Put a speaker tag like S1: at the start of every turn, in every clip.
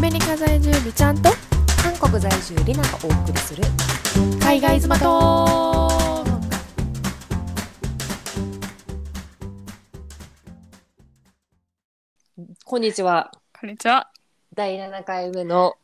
S1: メリカ在住美ちゃんと
S2: 韓国在住リナがお送りする
S1: 海外妻と
S2: こんにちは
S3: こんにちは、
S2: 第7回目の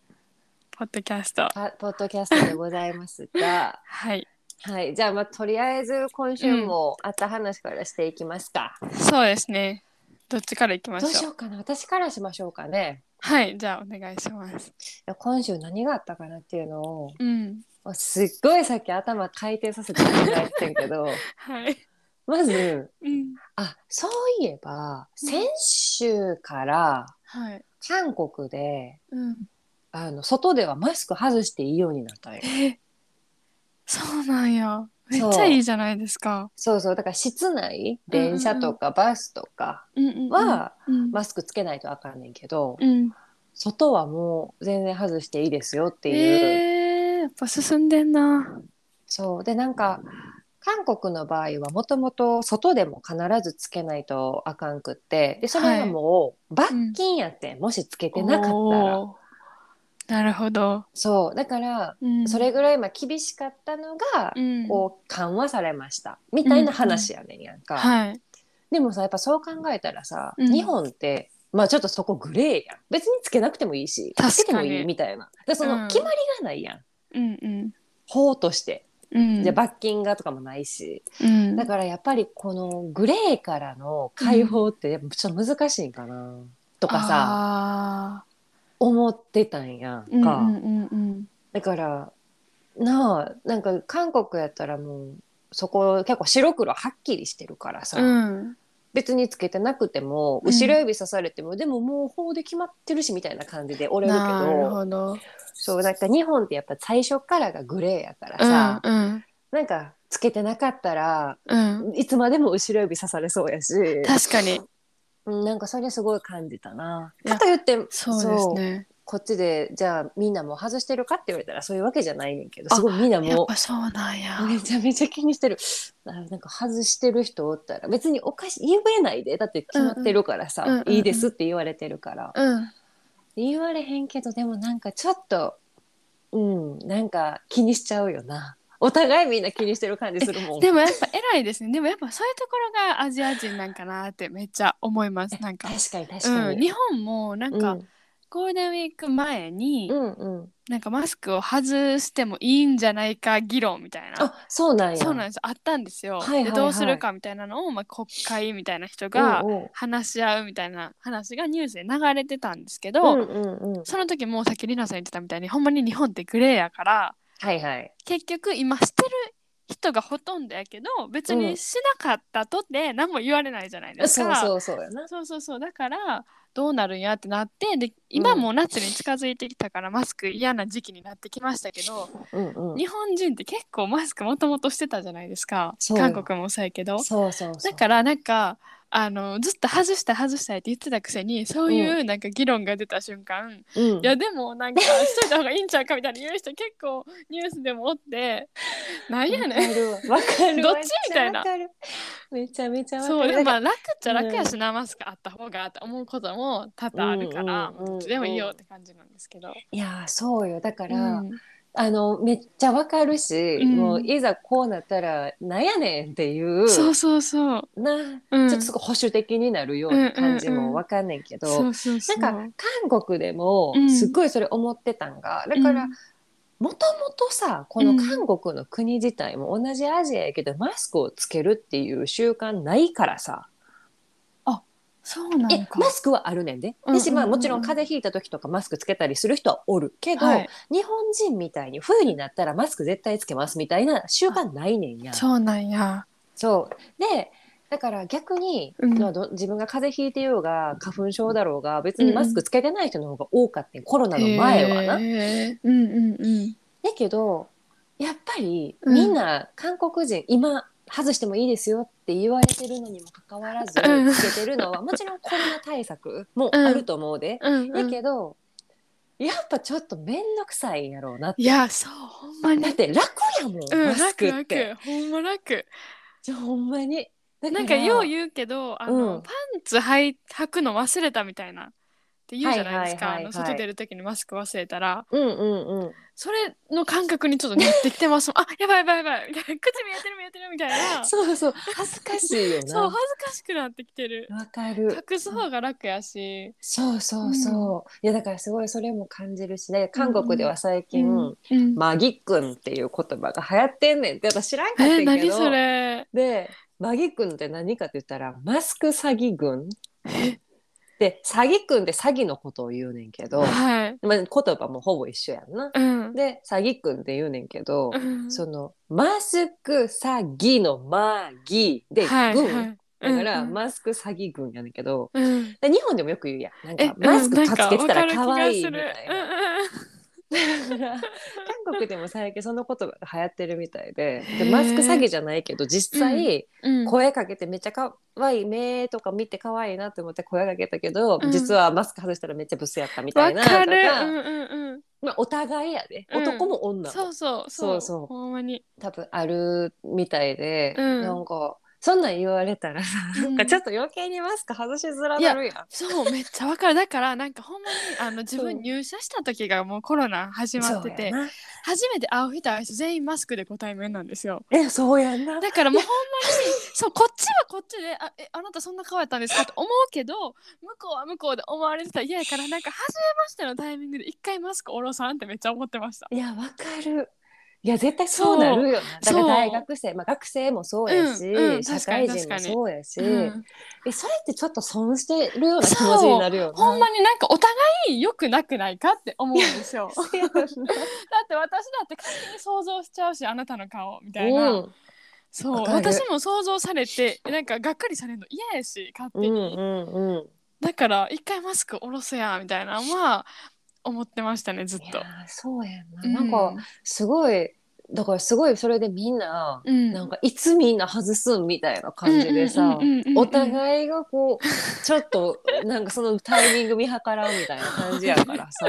S3: ポッドキャスト。
S2: パポッドキャストでございますが
S3: はい、
S2: はいじゃあまあとりあえず今週もあった話からしていきますか、
S3: そうですね。どっちから行きまし
S2: ど
S3: ょ
S2: う
S3: う
S2: しようかな私からしましょうかね
S3: はい、じゃあお願いします。
S2: いや今週何があったかなっていうのを
S3: うん。
S2: まあすっごいさっき頭回転させていただいてん けど
S3: はい。
S2: まず
S3: うん。
S2: あそういえば先週から
S3: はい。
S2: 韓国で
S3: うん。
S2: あの外ではマスク外していいようになったんよ
S3: えーそうなんや。めっちゃいいじゃないですか。
S2: そうそうだから室内電車とかバスとか
S3: うんうんうん、
S2: は
S3: うん、
S2: マスクつけないとあかんねんけど、
S3: うん。
S2: 外はもう全然外していいですよっていう、
S3: えー、やっぱ進んでんな。
S2: そうでなんか韓国の場合はもともと外でも必ずつけないとあかんくってでそれはもう罰金やってん、もしつけてなかったら
S3: おーなるほど。
S2: そうだから
S3: うん
S2: それぐらいまあ厳しかったのが、
S3: うん、
S2: こう緩和されましたみたいな話やねんやんか。
S3: はい。
S2: でもさやっぱそう考えたらさ、
S3: うん
S2: 日本ってまあちょっとそこグレーやん別につけなくてもいいし
S3: 確かに
S2: つけてもいいみたいなでそうの
S3: ん
S2: 決まりがないやん、
S3: うんうん。
S2: 法として
S3: うん。
S2: じゃあ罰金がとかもないし、
S3: うん、
S2: だからやっぱりこのグレーからの解放ってやっぱちょっと難しいんかな、とかさ
S3: さ、
S2: 思ってたんや
S3: うんんう
S2: か、
S3: んうんうん。
S2: だからなあなんか韓国やったらもうそこ結構白黒はっきりしてるからさ、
S3: うん。
S2: 別につけてなくても
S3: うん
S2: 後ろ指刺されても、でももう法で決まってるしみたいな感じで折れるけ
S3: なる
S2: ど
S3: ほど。
S2: そうなんか日本ってやっぱ最初からがグレーやからさ、
S3: うんうん
S2: なんかつけてなかったら
S3: うん、
S2: いつまでも後ろ指刺されそうやし
S3: 確かに
S2: うんなんかそれすごい感じたな。
S3: いや
S2: かといって
S3: そうですね
S2: こっちでじゃあみんなもう外してるかって言われたらそういうわけじゃないねんけどすごいみんな
S3: やっ
S2: も
S3: ぱそうなんや
S2: うめちゃめちゃ気にしてるあなんか外してる人おったら別におかしい言えないでだって決まってるからさ、
S3: うんうん
S2: いいですって言われてるから、
S3: うん
S2: 言われへんけどでもなんかちょっとうんなんか気にしちゃうよなお互いみんな気にしてる感じするもん
S3: でもやっぱ偉いですねでもやっぱそういうところがアジア人なんかなってめっちゃ思いますなんか
S2: 確かに確か
S3: うん、
S2: に、
S3: 日本もなんかゴールデンウィーク前に
S2: うん、うんうん
S3: なんかマスクを外してもいいんじゃないか議論みたいな
S2: あそうなんや
S3: そうなん
S2: ん
S3: ですあったんですよ、
S2: はいはいはい
S3: でどうするかみたいなのを、まあ、国会みたいな人
S2: が
S3: が話し合うみたいな話がニュースで流れてたんですけど、
S2: うんうんうん
S3: その時もうさっきりなさん言ってたみたいにほんまに日本ってグレーやから
S2: はいはい
S3: 結局今してる人がほとんどやけど別
S2: う
S3: に
S2: ん
S3: しなかったとって何も言われないじゃないです
S2: そう
S3: か。
S2: そうそうやな
S3: そうそうそうだからどうなるんやってなってで今もう夏に近づいてきたからマスク嫌な時期になってきましたけど、
S2: うんうん
S3: 日本人って結構マスクもともとしてたじゃないですか
S2: そう
S3: 韓国もそうやけど
S2: そうそうそう
S3: だからなんかあのずっと外した外したいって言ってたくせにそういうなんか議論が出た瞬間、
S2: う
S3: い
S2: ん
S3: やでもなんかしといた方がいいんちゃうかみたいな言う人結構ニュースでもおってなんやねん
S2: わかる わわかる
S3: どっちみたいな
S2: わかるめちゃめちゃわかる
S3: そうでもま
S2: なん
S3: あ
S2: か
S3: 楽っちゃ楽やしな、マスクあった方がって思うことも多々あるから、
S2: うんうんうんう
S3: ど
S2: ん
S3: っちでもいいよって感じなんですけど。
S2: いやーそうよだか
S3: う
S2: ら、
S3: ん、
S2: あのめっちゃわかるし、
S3: うん
S2: もういざこうなったらなんやねんっていう
S3: そうそうそう。
S2: な
S3: うん、
S2: ちょっとすごい保守的になるような感じもわかんねんけど、
S3: そうそうそう
S2: なんか韓国でも
S3: うん
S2: すっごいそれ思ってたんが、だからもともとさこの韓国の国自体も同じアジアやけど、マスクをつけるっていう習慣ないからさ、
S3: そうな
S2: え
S3: んか
S2: マスクはあるねんで。
S3: うん
S2: でし、まあ、
S3: うんうん
S2: もちろん風邪ひいた時とかマスクつけたりする人はおるけど、
S3: はい
S2: 日本人みたいに冬になったらマスク絶対つけますみたいな習慣ないねんや。
S3: そうなんや。
S2: そうでだから逆に、
S3: うん
S2: まあど自分が風邪ひいてようが花粉症だろうが別にマスクつけてない人の方が多かったんコロナの前はな。だ
S3: へーうんうんうん。
S2: けどやっぱり
S3: うん
S2: みんな韓国人、今外してもいいですよって言われてるのにもかかわらず
S3: うん
S2: つけてるのは、もちろんコロナ対策もあると思うで、
S3: うんうん
S2: やけど、やっぱちょっと面倒くさいんやろうなって
S3: いやそうほんまに
S2: だっ。て楽やもん、
S3: うん
S2: マスク
S3: 楽
S2: って
S3: 楽ほんま楽。
S2: じゃほんまに だ
S3: なんかよう
S2: う
S3: 言うけどあの、
S2: うん
S3: パンツはい履くの忘れたみたいなっって言うじゃないですか、
S2: はいはいはいは
S3: あ
S2: い
S3: の外出る時にマスク忘れたら
S2: うんうんうん。
S3: それの感覚にちょっとなってきてますもん あやばいやばいやばいみたいな口見えてる見えてるみたいなそう
S2: そうそう。恥ずかしいよ
S3: 恥
S2: な。
S3: ずかしくなってきてる
S2: わかる。
S3: 隠す方が楽やし、
S2: そうそうそう。いやだからすごいそれも感じるしね。韓国では最近、
S3: うん
S2: マギックンっていう言葉が流行ってんねんって私知らんか
S3: え
S2: ったん
S3: ー、
S2: やけ
S3: 何
S2: ど。
S3: それ
S2: でマギ君って何かって言ったらマスク詐欺軍で詐欺君って詐欺のことを言うねんけど、まあ、
S3: はい
S2: 言葉もほぼ一緒やんな。
S3: うん
S2: で詐欺君って言うねんけど、
S3: うん
S2: そのマスク詐欺のマギで軍、
S3: はいはい
S2: だから、
S3: うん
S2: マスク詐欺軍やねんけど
S3: うん
S2: で日本でもよく言うやんなん
S3: え
S2: かマスク
S3: うん
S2: かつけてたら
S3: なん
S2: 可
S3: わかる
S2: 愛い
S3: 気
S2: み
S3: がす
S2: た
S3: る
S2: いな。だから韓国でも最近その言葉が流行ってるみたいでで
S3: へー
S2: マスク詐欺じゃないけど実際、
S3: うんうんうん
S2: 声かけてめっちゃかわいい目とか見て可愛いなって思って声かけたけど、
S3: うん
S2: 実はマスク外したらめっちゃブスやったみた
S3: わ
S2: いな
S3: かる
S2: とか
S3: うんうんうん
S2: まあ、お互いやで、
S3: うん
S2: 男も女も
S3: そうそう
S2: そ
S3: そうう
S2: そう
S3: ほんまに
S2: 多分あるみたいで、
S3: うん
S2: なんかそんなん言われたら、なんかちょっと余計にマスク外しづらなるやん。
S3: そうめっちゃわかるだからなんかほんまにあの自
S2: そう
S3: 分入社した時がもうコロナ始まってて
S2: そうやな
S3: 初めて会う人は全員マスクでご対面なんです よ
S2: えそうやんな。
S3: だからもうほんまにそうこっちはこっちであえあなたそんな顔やったんですかって思うけど向こうは向こうで思われてたら嫌やからなんか初めましてのタイミングで一回マスク下ろさんってめっちゃ思ってました
S2: いやわかる。いや絶対そうなるよな。だから
S3: そう
S2: 大学生、まあ、学生もそうやし、
S3: うんうん
S2: 社
S3: 確かに
S2: 会人も
S3: 確かに
S2: そうやし、
S3: うん
S2: えそれってちょっと損してるような気持ちになるよな。
S3: ほんまになんかお互い良くなくないかって思うんですよだ
S2: そうやん
S3: っ
S2: な
S3: て私だって勝手に想像しちゃうしあなたの顔みたいな、
S2: うん
S3: そ
S2: わ
S3: う
S2: かる
S3: 私も想像されてなんかがっかりされるの嫌やし勝手
S2: う
S3: に、
S2: んうんうん。
S3: だから一回マスク下ろせやみたいなのは思ってましたねずっ
S2: いや
S3: と
S2: ー。そうやんな。なんかすごいだからすごいそれでみんな、
S3: うん、
S2: なんかいつみんな外すんみたいな感じでさ。
S3: うんうんうんうんうん
S2: お互いがこうちょっとなんかそのタイミング見計らうみたいな感じやからさ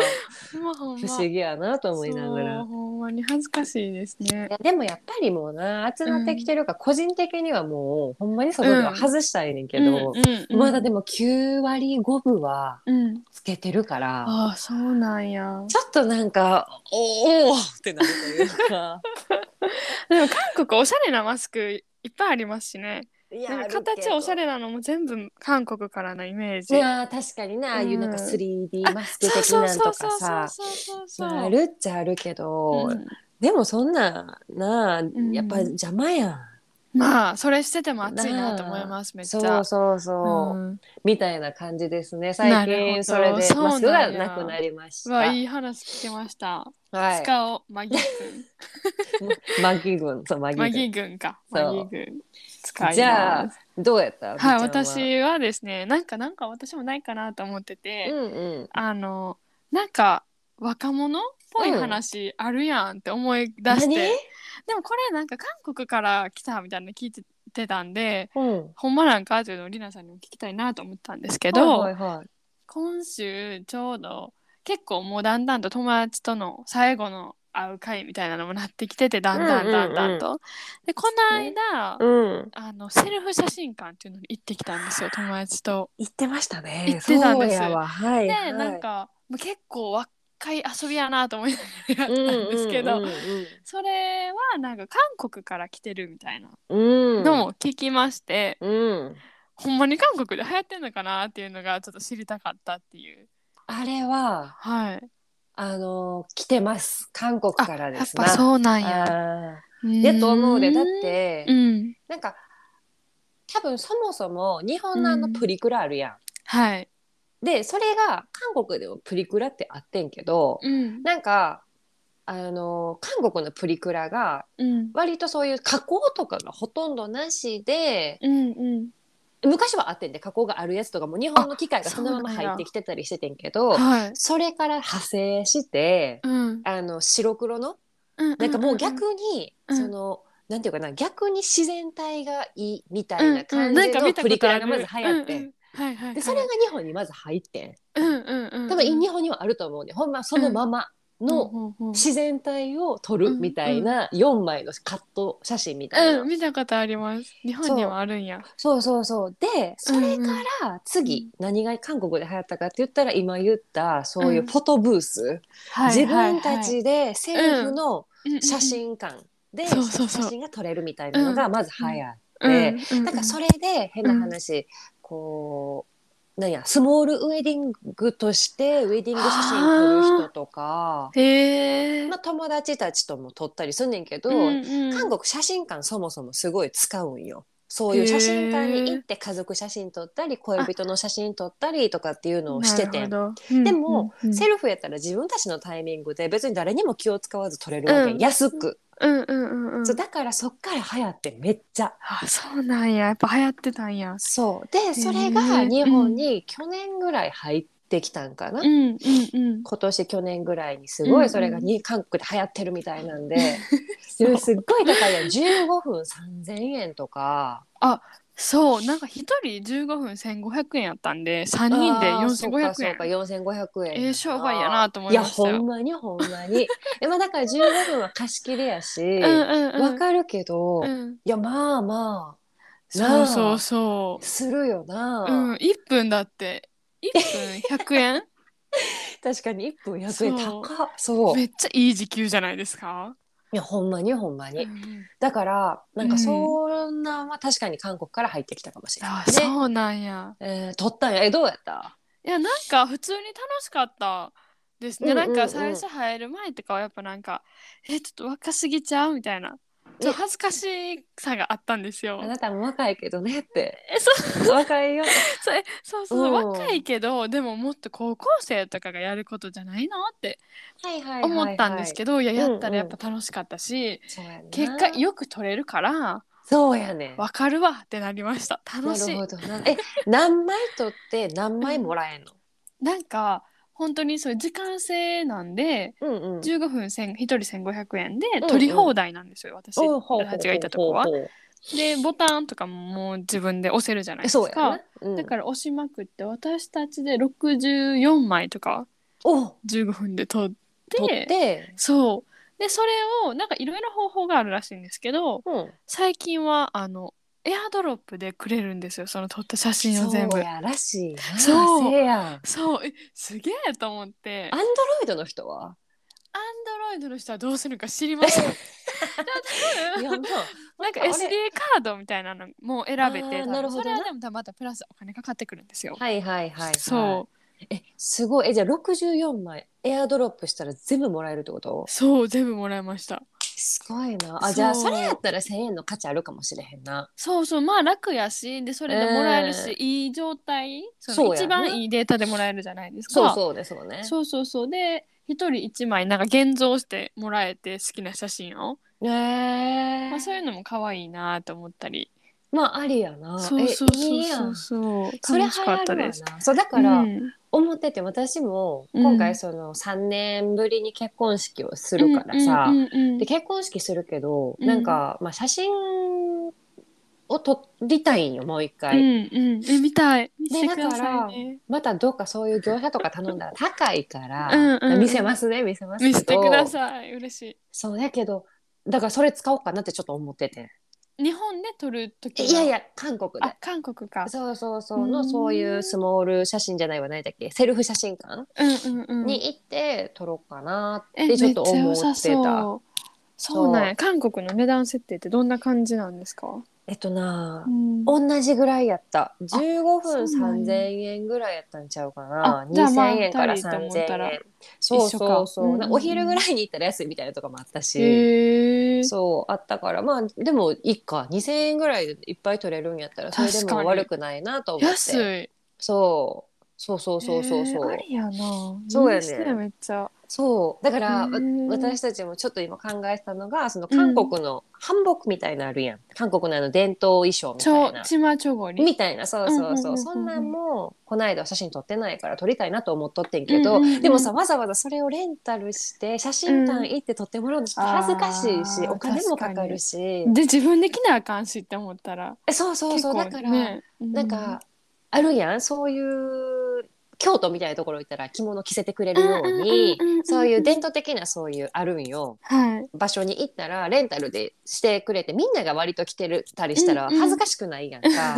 S3: ほんま ほん
S2: 不
S3: ま
S2: 思議やなと思いなが
S3: そう
S2: ら。
S3: ほんまに恥ずかしいですね
S2: い。やでもやっぱりもうな集まってきてるから、個人的にはもうほんまにそこでは外したいねんけ
S3: う
S2: ど、
S3: んうんうん
S2: まだでも9割5分は
S3: うん、
S2: つけてるから。
S3: ああそうなんや。
S2: ちょっとなんか、おおーってなるという か。
S3: でも韓国おしゃれなマスクいっぱいありますしね。
S2: い
S3: なんか形はおしゃれなのも全部韓国からのイメー
S2: い
S3: ジ。
S2: やー確かにな、ああいうなんか 3D マスク的なんとかさ。
S3: そうそうそうそうそう
S2: まああるっちゃあるけど、
S3: うん
S2: でもそんななあ
S3: ん
S2: やっぱ邪魔やん、
S3: まあそれしてても暑いなと思いますめっちゃ。
S2: そうそうそう、
S3: うん
S2: みたいな感じですね
S3: な
S2: 最
S3: るほ
S2: 近
S3: ど
S2: それで
S3: そうなんや
S2: マスクがなくなりまし
S3: う
S2: た
S3: わいい話聞けました。
S2: は
S3: スカオマギ軍
S2: い、マギ軍そうマギ軍
S3: マギ軍か。
S2: そ
S3: マ
S2: う
S3: ギ軍使います。
S2: じゃあどうやった
S3: はい
S2: みーちゃん
S3: 私はですねなんかなんか私もないかなと思ってて、
S2: うんうん
S3: あのなんか若者っぽい話あるやんって思い出して、
S2: 何
S3: でもこれなんか韓国から来たみたいなの聞いてたんで
S2: うん
S3: ほんまなんかっていうのをりなさんにも聞きたいなと思ったんですけ
S2: け
S3: ど、
S2: はいはいはい
S3: 今週ちょうど結構もうだんだんと友達との最後の会う会みたいなのもなってきててだんだんだんだんと。でこの間、
S2: うん
S3: あのセルフ写真館っていうのに行ってきたんですよ友達と。
S2: 行ってましたね。
S3: 行ってたんです
S2: そうやわはい、
S3: で、
S2: はい
S3: なんかもう結構若い遊びやなと思いながらやったんですけど、
S2: うんうん
S3: それはなんか韓国から来てるみたいな
S2: うんうん
S3: のも聞きまして、
S2: うん
S3: ほんまに韓国で流行ってんのかなっていうのがちょっと知りたかったっていう。
S2: あれは
S3: はい。
S2: あの来てます韓国からで
S3: やっ
S2: すな。
S3: ぱそうなんや。
S2: あー
S3: や
S2: やと思うでだって、
S3: うん。
S2: なんか多分そもそも日本のあの
S3: うん
S2: プリクラあるやん。
S3: はい。
S2: でそれが韓国でもプリクラってあってんけど、
S3: うん。
S2: なんかあの韓国のプリクラが
S3: うん。
S2: 割とそういう加工とかがほとんどなしで
S3: うんうん。
S2: 昔はあってんで加工があるやつとかも日本の機械がそのまま
S3: あそうなん
S2: 入
S3: や
S2: ってきてたりしててんけどそ
S3: はい。
S2: れから派生して
S3: うん。
S2: あの白黒の
S3: うん
S2: なんかもう逆に、
S3: うん
S2: その。なんていうかな逆に自然体がいいみたいな感じ
S3: うんうんなんか
S2: の
S3: 見たこ
S2: プリク
S3: とあ
S2: ラ
S3: る
S2: がまず流行ってん、
S3: うんうんはいはいはい。
S2: でそれが日本にまず入ってん、
S3: うんうんうん。
S2: 多分日本にはあると思うねほんまそのまま、の
S3: うんうん
S2: 自然体を撮るみたいな4枚のカット写真みたいな、
S3: うん、見たことあります。日本にもあるんや。
S2: そうそうそうでそれ
S3: うんうん
S2: から次、何が韓国で流行ったかって言ったら今言ったそういううんフォトブース、自分たちでセルフの写
S3: っ
S2: 真館で
S3: そうそうそう
S2: 写真が撮れるみたいなのがまず流行って、なんかそ
S3: れ
S2: れで変な話、こうなんやスモールウェディングとしてウェディング写真撮る人とか、
S3: へえ
S2: まあ、友達たちとも撮ったりすんねんけど、韓国写真館そもそもすごい使うんよ。そういう写真館に行って家族写真撮ったり恋人の写真撮ったりとかっていうのをしててんでも、セ
S3: ル
S2: ルフやったら自分たちのタイミングで別に誰にも気を使わず撮れるわけ、
S3: うん
S2: 安く、
S3: うんうんうんうん
S2: そうだからそっから流行ってめっちゃ
S3: あそうなんややっぱ流行ってたんや
S2: そうでそれが日本に去年ぐらい入ってきたんかな、
S3: うんうんうん
S2: 今年去年ぐらいにすごいそれがに韓国で流行ってるみたいな んで、でもすっごい高いやん15分3000円とか
S3: そうなんか一人15分1500円やったんで3人で
S2: あーそうか
S3: 4500
S2: そう
S3: 円
S2: か4500円
S3: ええ商売やなと思いました
S2: やほ
S3: よ
S2: んまにほんま にえまあだから15分は貸し切りやし
S3: うん
S2: わ、
S3: うんうん
S2: かるけど、
S3: う
S2: い
S3: ん
S2: やまあま
S3: そう
S2: なあ
S3: そうそ
S2: あするよな、
S3: ううん1分だって1分100円
S2: 確かに1分100円
S3: そう
S2: 高っ そう
S3: め
S2: い
S3: っちゃいい時給じゃないですか
S2: やほんまにほんまに、
S3: うん
S2: だからなん
S3: う
S2: か
S3: ん
S2: そんなんは確かに韓国から入ってきたかもしれな
S3: あ
S2: い、ね
S3: そうなんや
S2: えー撮ったんやえどうやった
S3: いやなんか普通に楽しかったですね、
S2: うんうんうん
S3: なんか最初入る前とかはやっぱなんかえちょっと若すぎちゃうみたいなちょっと恥ずかしさがあったんですよ
S2: あなたも若いけどねって
S3: えそう
S2: 若いよ
S3: そうえそうそう
S2: うん
S3: 若いけどでももっと高校生とかがやることじゃないのって
S2: はいはいはいはい
S3: 思ったんですけど、い
S2: うん
S3: や
S2: うん
S3: やったらやっぱ楽しかったし、
S2: そうやな
S3: 結果よく取れるから
S2: そうやねん
S3: わかるわってなりました楽
S2: な
S3: し
S2: る
S3: い
S2: ほどな え何枚撮って何枚もらえんの、
S3: なんか本当にそういう時間制なんで、
S2: うん、うん
S3: 15分1人1500円で
S2: うん
S3: 取り放題なんですよ、私
S2: おうほうほうほうほう
S3: 私たちがいたとこは。でボタンとかももう自分で押せるじゃないです
S2: そうや
S3: か
S2: な、。うん
S3: だから押しまくって私たちで64枚とか
S2: お
S3: 15分で取って
S2: 撮って、
S3: そうでそれをなんかいろいろ方法があるらしいんですけど
S2: うん、
S3: 最近はあのエアドロップでくれるんですよその撮った写真を全
S2: そ
S3: 部
S2: う。やらしいな
S3: そう
S2: せやんアン
S3: そうえすげえと思って
S2: ドロイドの人は
S3: アンドロイドの人はどうするか知りませ ん
S2: いやま
S3: な
S2: あ
S3: んか
S2: あれ
S3: SD カードみたいなのも選べ
S2: あ
S3: て
S2: ー
S3: 多分
S2: なるほど
S3: そ
S2: な
S3: れはでも多分またプラスお金かかってくるんですよ。
S2: はいはいはい、はい、
S3: そう
S2: えすごいえじゃあ64枚エアドロップしたら全部もらえるってこと
S3: そう全部もらいました。
S2: すごいな
S3: そ
S2: あ
S3: う
S2: じゃあそれやったら1,000円の価値あるかもしれへんな
S3: そうそうまあ楽やしでそれでもらえるし、
S2: え
S3: いい状態そ
S2: そう
S3: の
S2: やな
S3: 一番いいデータでもらえるじゃないですか。
S2: そうそうねそうね
S3: そうそうそうで一人一枚なんか現像してもらえて好きな写真を、
S2: ねえ
S3: まあ、そういうのも可愛いなと思ったり
S2: まあありやな
S3: そうそう
S2: えいい
S3: そう
S2: や
S3: そ
S2: ん
S3: うそう
S2: それ流
S3: 楽しかった
S2: 行るわ
S3: です。
S2: なそうだから、
S3: うん
S2: 思ってて私も
S3: うん
S2: 今回その3年ぶりに結婚式をするからさ、
S3: うんうんうんうん
S2: で結婚式するけど、
S3: うん
S2: なんか、まあ、写真を撮りたいんよもう一回、
S3: うんうん、え見たい見せて
S2: だ
S3: くだ
S2: から
S3: さいね
S2: またどっかそういう業者とか頼んだら高いから
S3: うんうんうん
S2: 見せますね見せますけ
S3: 見
S2: ど
S3: せてください嬉し
S2: そうやけどだからそれ使おうかなってちょっと思ってて
S3: い日本で撮る時はい
S2: やいや韓国
S3: あ
S2: で。
S3: 韓国か
S2: そうそうそううんのそういうスモール写真じゃないわ何だっけセルフ写真館
S3: うんうんうん
S2: に行って撮ろうかなっ
S3: え
S2: てちょっと
S3: めっちゃ
S2: 思
S3: 良さ
S2: ってた。
S3: そうそうなんや韓国の値段設定ってどんな感じなんですか、
S2: えっとなあ、
S3: ん
S2: 同じぐらいやった。15分
S3: そうなん
S2: 3000
S3: や
S2: 円ぐらいやったんちゃうかな。
S3: あじゃあまあ
S2: 2000円から
S3: 二人と思った
S2: 3000
S3: ら
S2: 円。そうそうそう。
S3: 一緒か
S2: な
S3: うん
S2: お昼ぐらいに行ったら安いみたいなとかもあったし。
S3: へえ
S2: そうあったからまあでもいいか2000円ぐらいでいっぱい取れるんやったらそれで
S3: 確か
S2: も
S3: に
S2: 悪くないなと思って
S3: 安い
S2: そうそうそうそうそうそう、
S3: えーありやな
S2: そうやね
S3: いいすめっちゃ
S2: そうだから、わ
S3: へー
S2: 私たちもちょっと今考えてたのがその韓国のハンボックみたいなのあるやん、韓国のあの伝統衣装み
S3: ちょ
S2: たいな。
S3: ちまちょごり
S2: みたいなそうそうそう,、
S3: うんうんうんうん
S2: そんなんもこの間写真撮ってないから撮りたいなと思っとってんけど、
S3: うんうんうん
S2: でもさわざわざそれをレンタルして写真館行って撮ってもらうのちょっと恥ずかしいし、
S3: うんあー
S2: お金もかかるし
S3: で自分できなあかんしって思ったら
S2: えそうそうそう、だ
S3: 結
S2: か
S3: 構
S2: ら、
S3: ね
S2: なんかあるやんそういう京都みたいなところ行ったら着物着せてくれるように
S3: うんうんうんうんうん
S2: そういう伝統的なそういうあるんよ
S3: はい。
S2: 場所に行ったらレンタルでしてくれてみんなが割と着てるたりしたら
S3: うんうん
S2: 恥ずかしくないやんか、な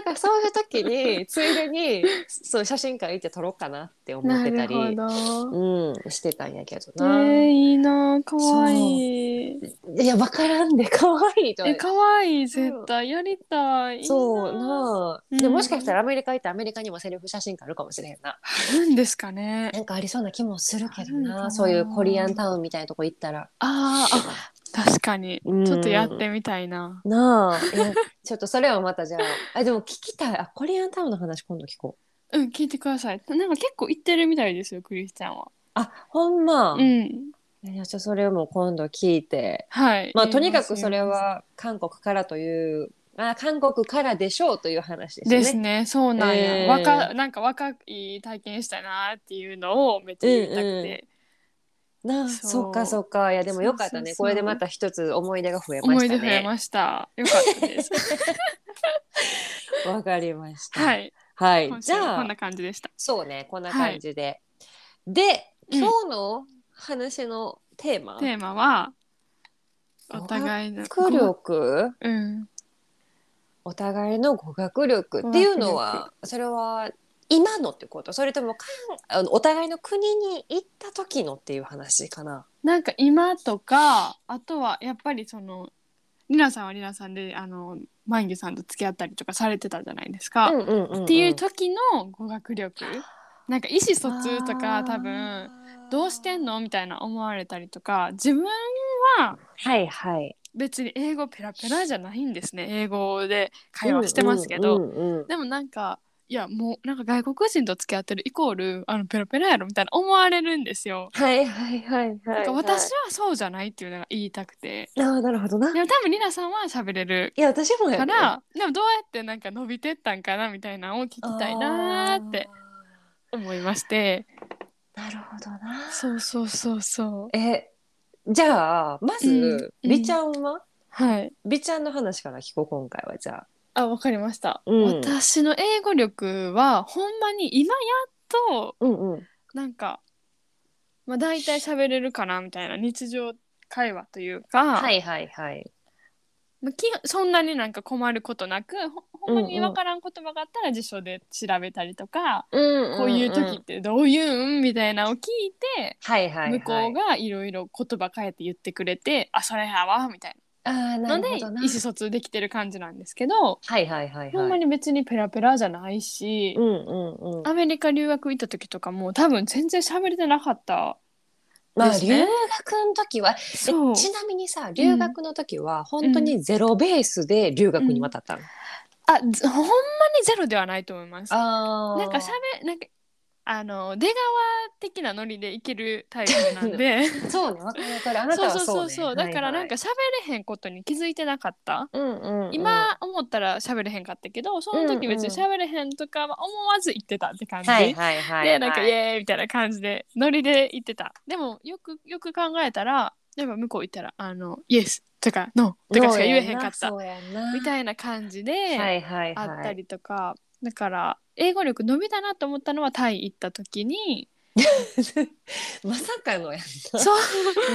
S2: んかそういう時についでにそう写真館行って撮ろうかなって思っ
S3: な
S2: てた
S3: る
S2: り、
S3: ほど。
S2: うん、してたんやけど
S3: え
S2: な、
S3: ー、いいな可愛いい。
S2: いや分からんで可愛いとは
S3: え可愛い絶対やりたい。
S2: そう
S3: あ。
S2: なあ
S3: うん
S2: でもしかしたらアメリカ行ってアメリカにもセルフ写真館あるかもしれへんな
S3: あるんですかね。
S2: なんかありそうな気もするけど
S3: あるのか
S2: な
S3: な
S2: そういうコリアンタウンみたいなとこ行ったら
S3: あーあ確かに
S2: うん
S3: ちょっとやってみたいな。
S2: なあいや ちょっとそれはまたじゃああでも聞きたいあコリアンタウンの話今度聞こう
S3: うん、聞いてください。なんか結構行ってるみたいですよクリスチャンは。
S2: あほんま、
S3: うん
S2: いやちょそれも今度聞いて
S3: はい。
S2: まあ
S3: 言い
S2: とにか
S3: ま
S2: く
S3: す
S2: それ。は韓国からというあ韓国からでしょうという話ですね
S3: ですね、そうなんや、
S2: えー
S3: 若なんか若い体験したいなっていうのをめっちゃ言いたくて、
S2: なあ
S3: そう
S2: そっかそっかいやでもよかっ
S3: そ
S2: たね
S3: うそうそう
S2: これでまた一つ思い出が増えま
S3: 思
S2: し
S3: い
S2: た
S3: 出増え
S2: ね
S3: ました。よかった です。
S2: わかりました、
S3: はいい。
S2: はい
S3: 今、週
S2: じ
S3: は
S2: ゃ
S3: こ
S2: あ
S3: んな感じでした。
S2: そうねこんな感じで、で今日の話のテーマ、
S3: テーマはお互いの
S2: 語学力
S3: うん。
S2: お互いの語学力っていうのはそれは今のってことそれともかんあのお互いの国に行った時のっていう話かな
S3: なんか今とかあとはやっぱりそのりなさんはりなさんであのマンギュさんと付き合ったりとかされてたじゃないですか。
S2: うんうんんん
S3: っていう時の語学力なんか意思疎通とか多分どうしてんのみたいな思われたりとか自分は
S2: はいはい
S3: 別に英語ペラペラじゃないんですね英語で会話してますけど、
S2: うんうんうんうん
S3: でもなんかいやもうなんか外国人と付き合ってるイコールあのペラペラやろみたいな思われるんですよ。
S2: はいはいはいはい、は、
S3: ないんか私はそうじゃないっていうのが言いたくて。
S2: ああなるほどな
S3: でも多分りなさんは喋れる
S2: いや私もや
S3: か
S2: ね
S3: ら、でもどうやってなんか伸びてったんかなみたいなのを聞きたいなーって思いまして
S2: あーなるほどな
S3: そうそうそうそう
S2: えじゃあまず、
S3: うん
S2: 美ちゃんは
S3: はい
S2: 美ちゃんの話から聞こう今回はじゃあ
S3: あわかりました、
S2: うん
S3: 私の英語力はほんまに今やっと
S2: うんうん
S3: なんか、まあ、大体喋れるかなみたいな日常会話というか、
S2: いはいはい
S3: まあ、基本そんなになんか困ることなくほほんまに分からん言葉があったら辞書で調べたりとか、
S2: うん
S3: こういう時ってどういうんみたいなのを聞いて、
S2: はいはい、はい、
S3: 向こうがいろいろ言葉変えて言ってくれて「あそれやわ」みたい
S2: あー
S3: な
S2: な
S3: ので
S2: るほ
S3: 意
S2: ど
S3: 思
S2: な
S3: 疎通できてる感じなんですけど、
S2: はいはいはいはい
S3: ほんまに別にペラペラじゃないし、
S2: うんうんうん
S3: アメリカ留学行った時とかも多分全然喋れてなかった。
S2: まあ
S3: です
S2: 留
S3: ね
S2: 学の時はえ
S3: そう
S2: ちなみにさ留学の時は本当にゼロベースで留学に渡ったの、
S3: あずほんまにゼロではないと思います。
S2: あ
S3: なんかしゃべなんかあの出川的なノリでいけるタイプなんで
S2: そうねわかるわか るあなた
S3: そう
S2: は
S3: そう
S2: そ
S3: そうう
S2: ね
S3: そうだからなんか、喋れへんことに気づいてなかった。
S2: はいはいうんうんうん、
S3: 今思ったら喋れへんかったけどその時別に喋れへんとかは思わず言ってたって感じ、
S2: はいはいはい、はい、
S3: でなんかイエーイみたいな感じでノリで言ってたでもよくよく考えたら例えば向こう行ったらあのイエスとかノーとかしか言えへんかった
S2: そうやんな
S3: みたいな感じ
S2: は
S3: で
S2: いはい
S3: あった
S2: はい。
S3: りとか、だから英語力伸びたなと思ったのはタイ行った時に
S2: まさ かのやんな
S3: そう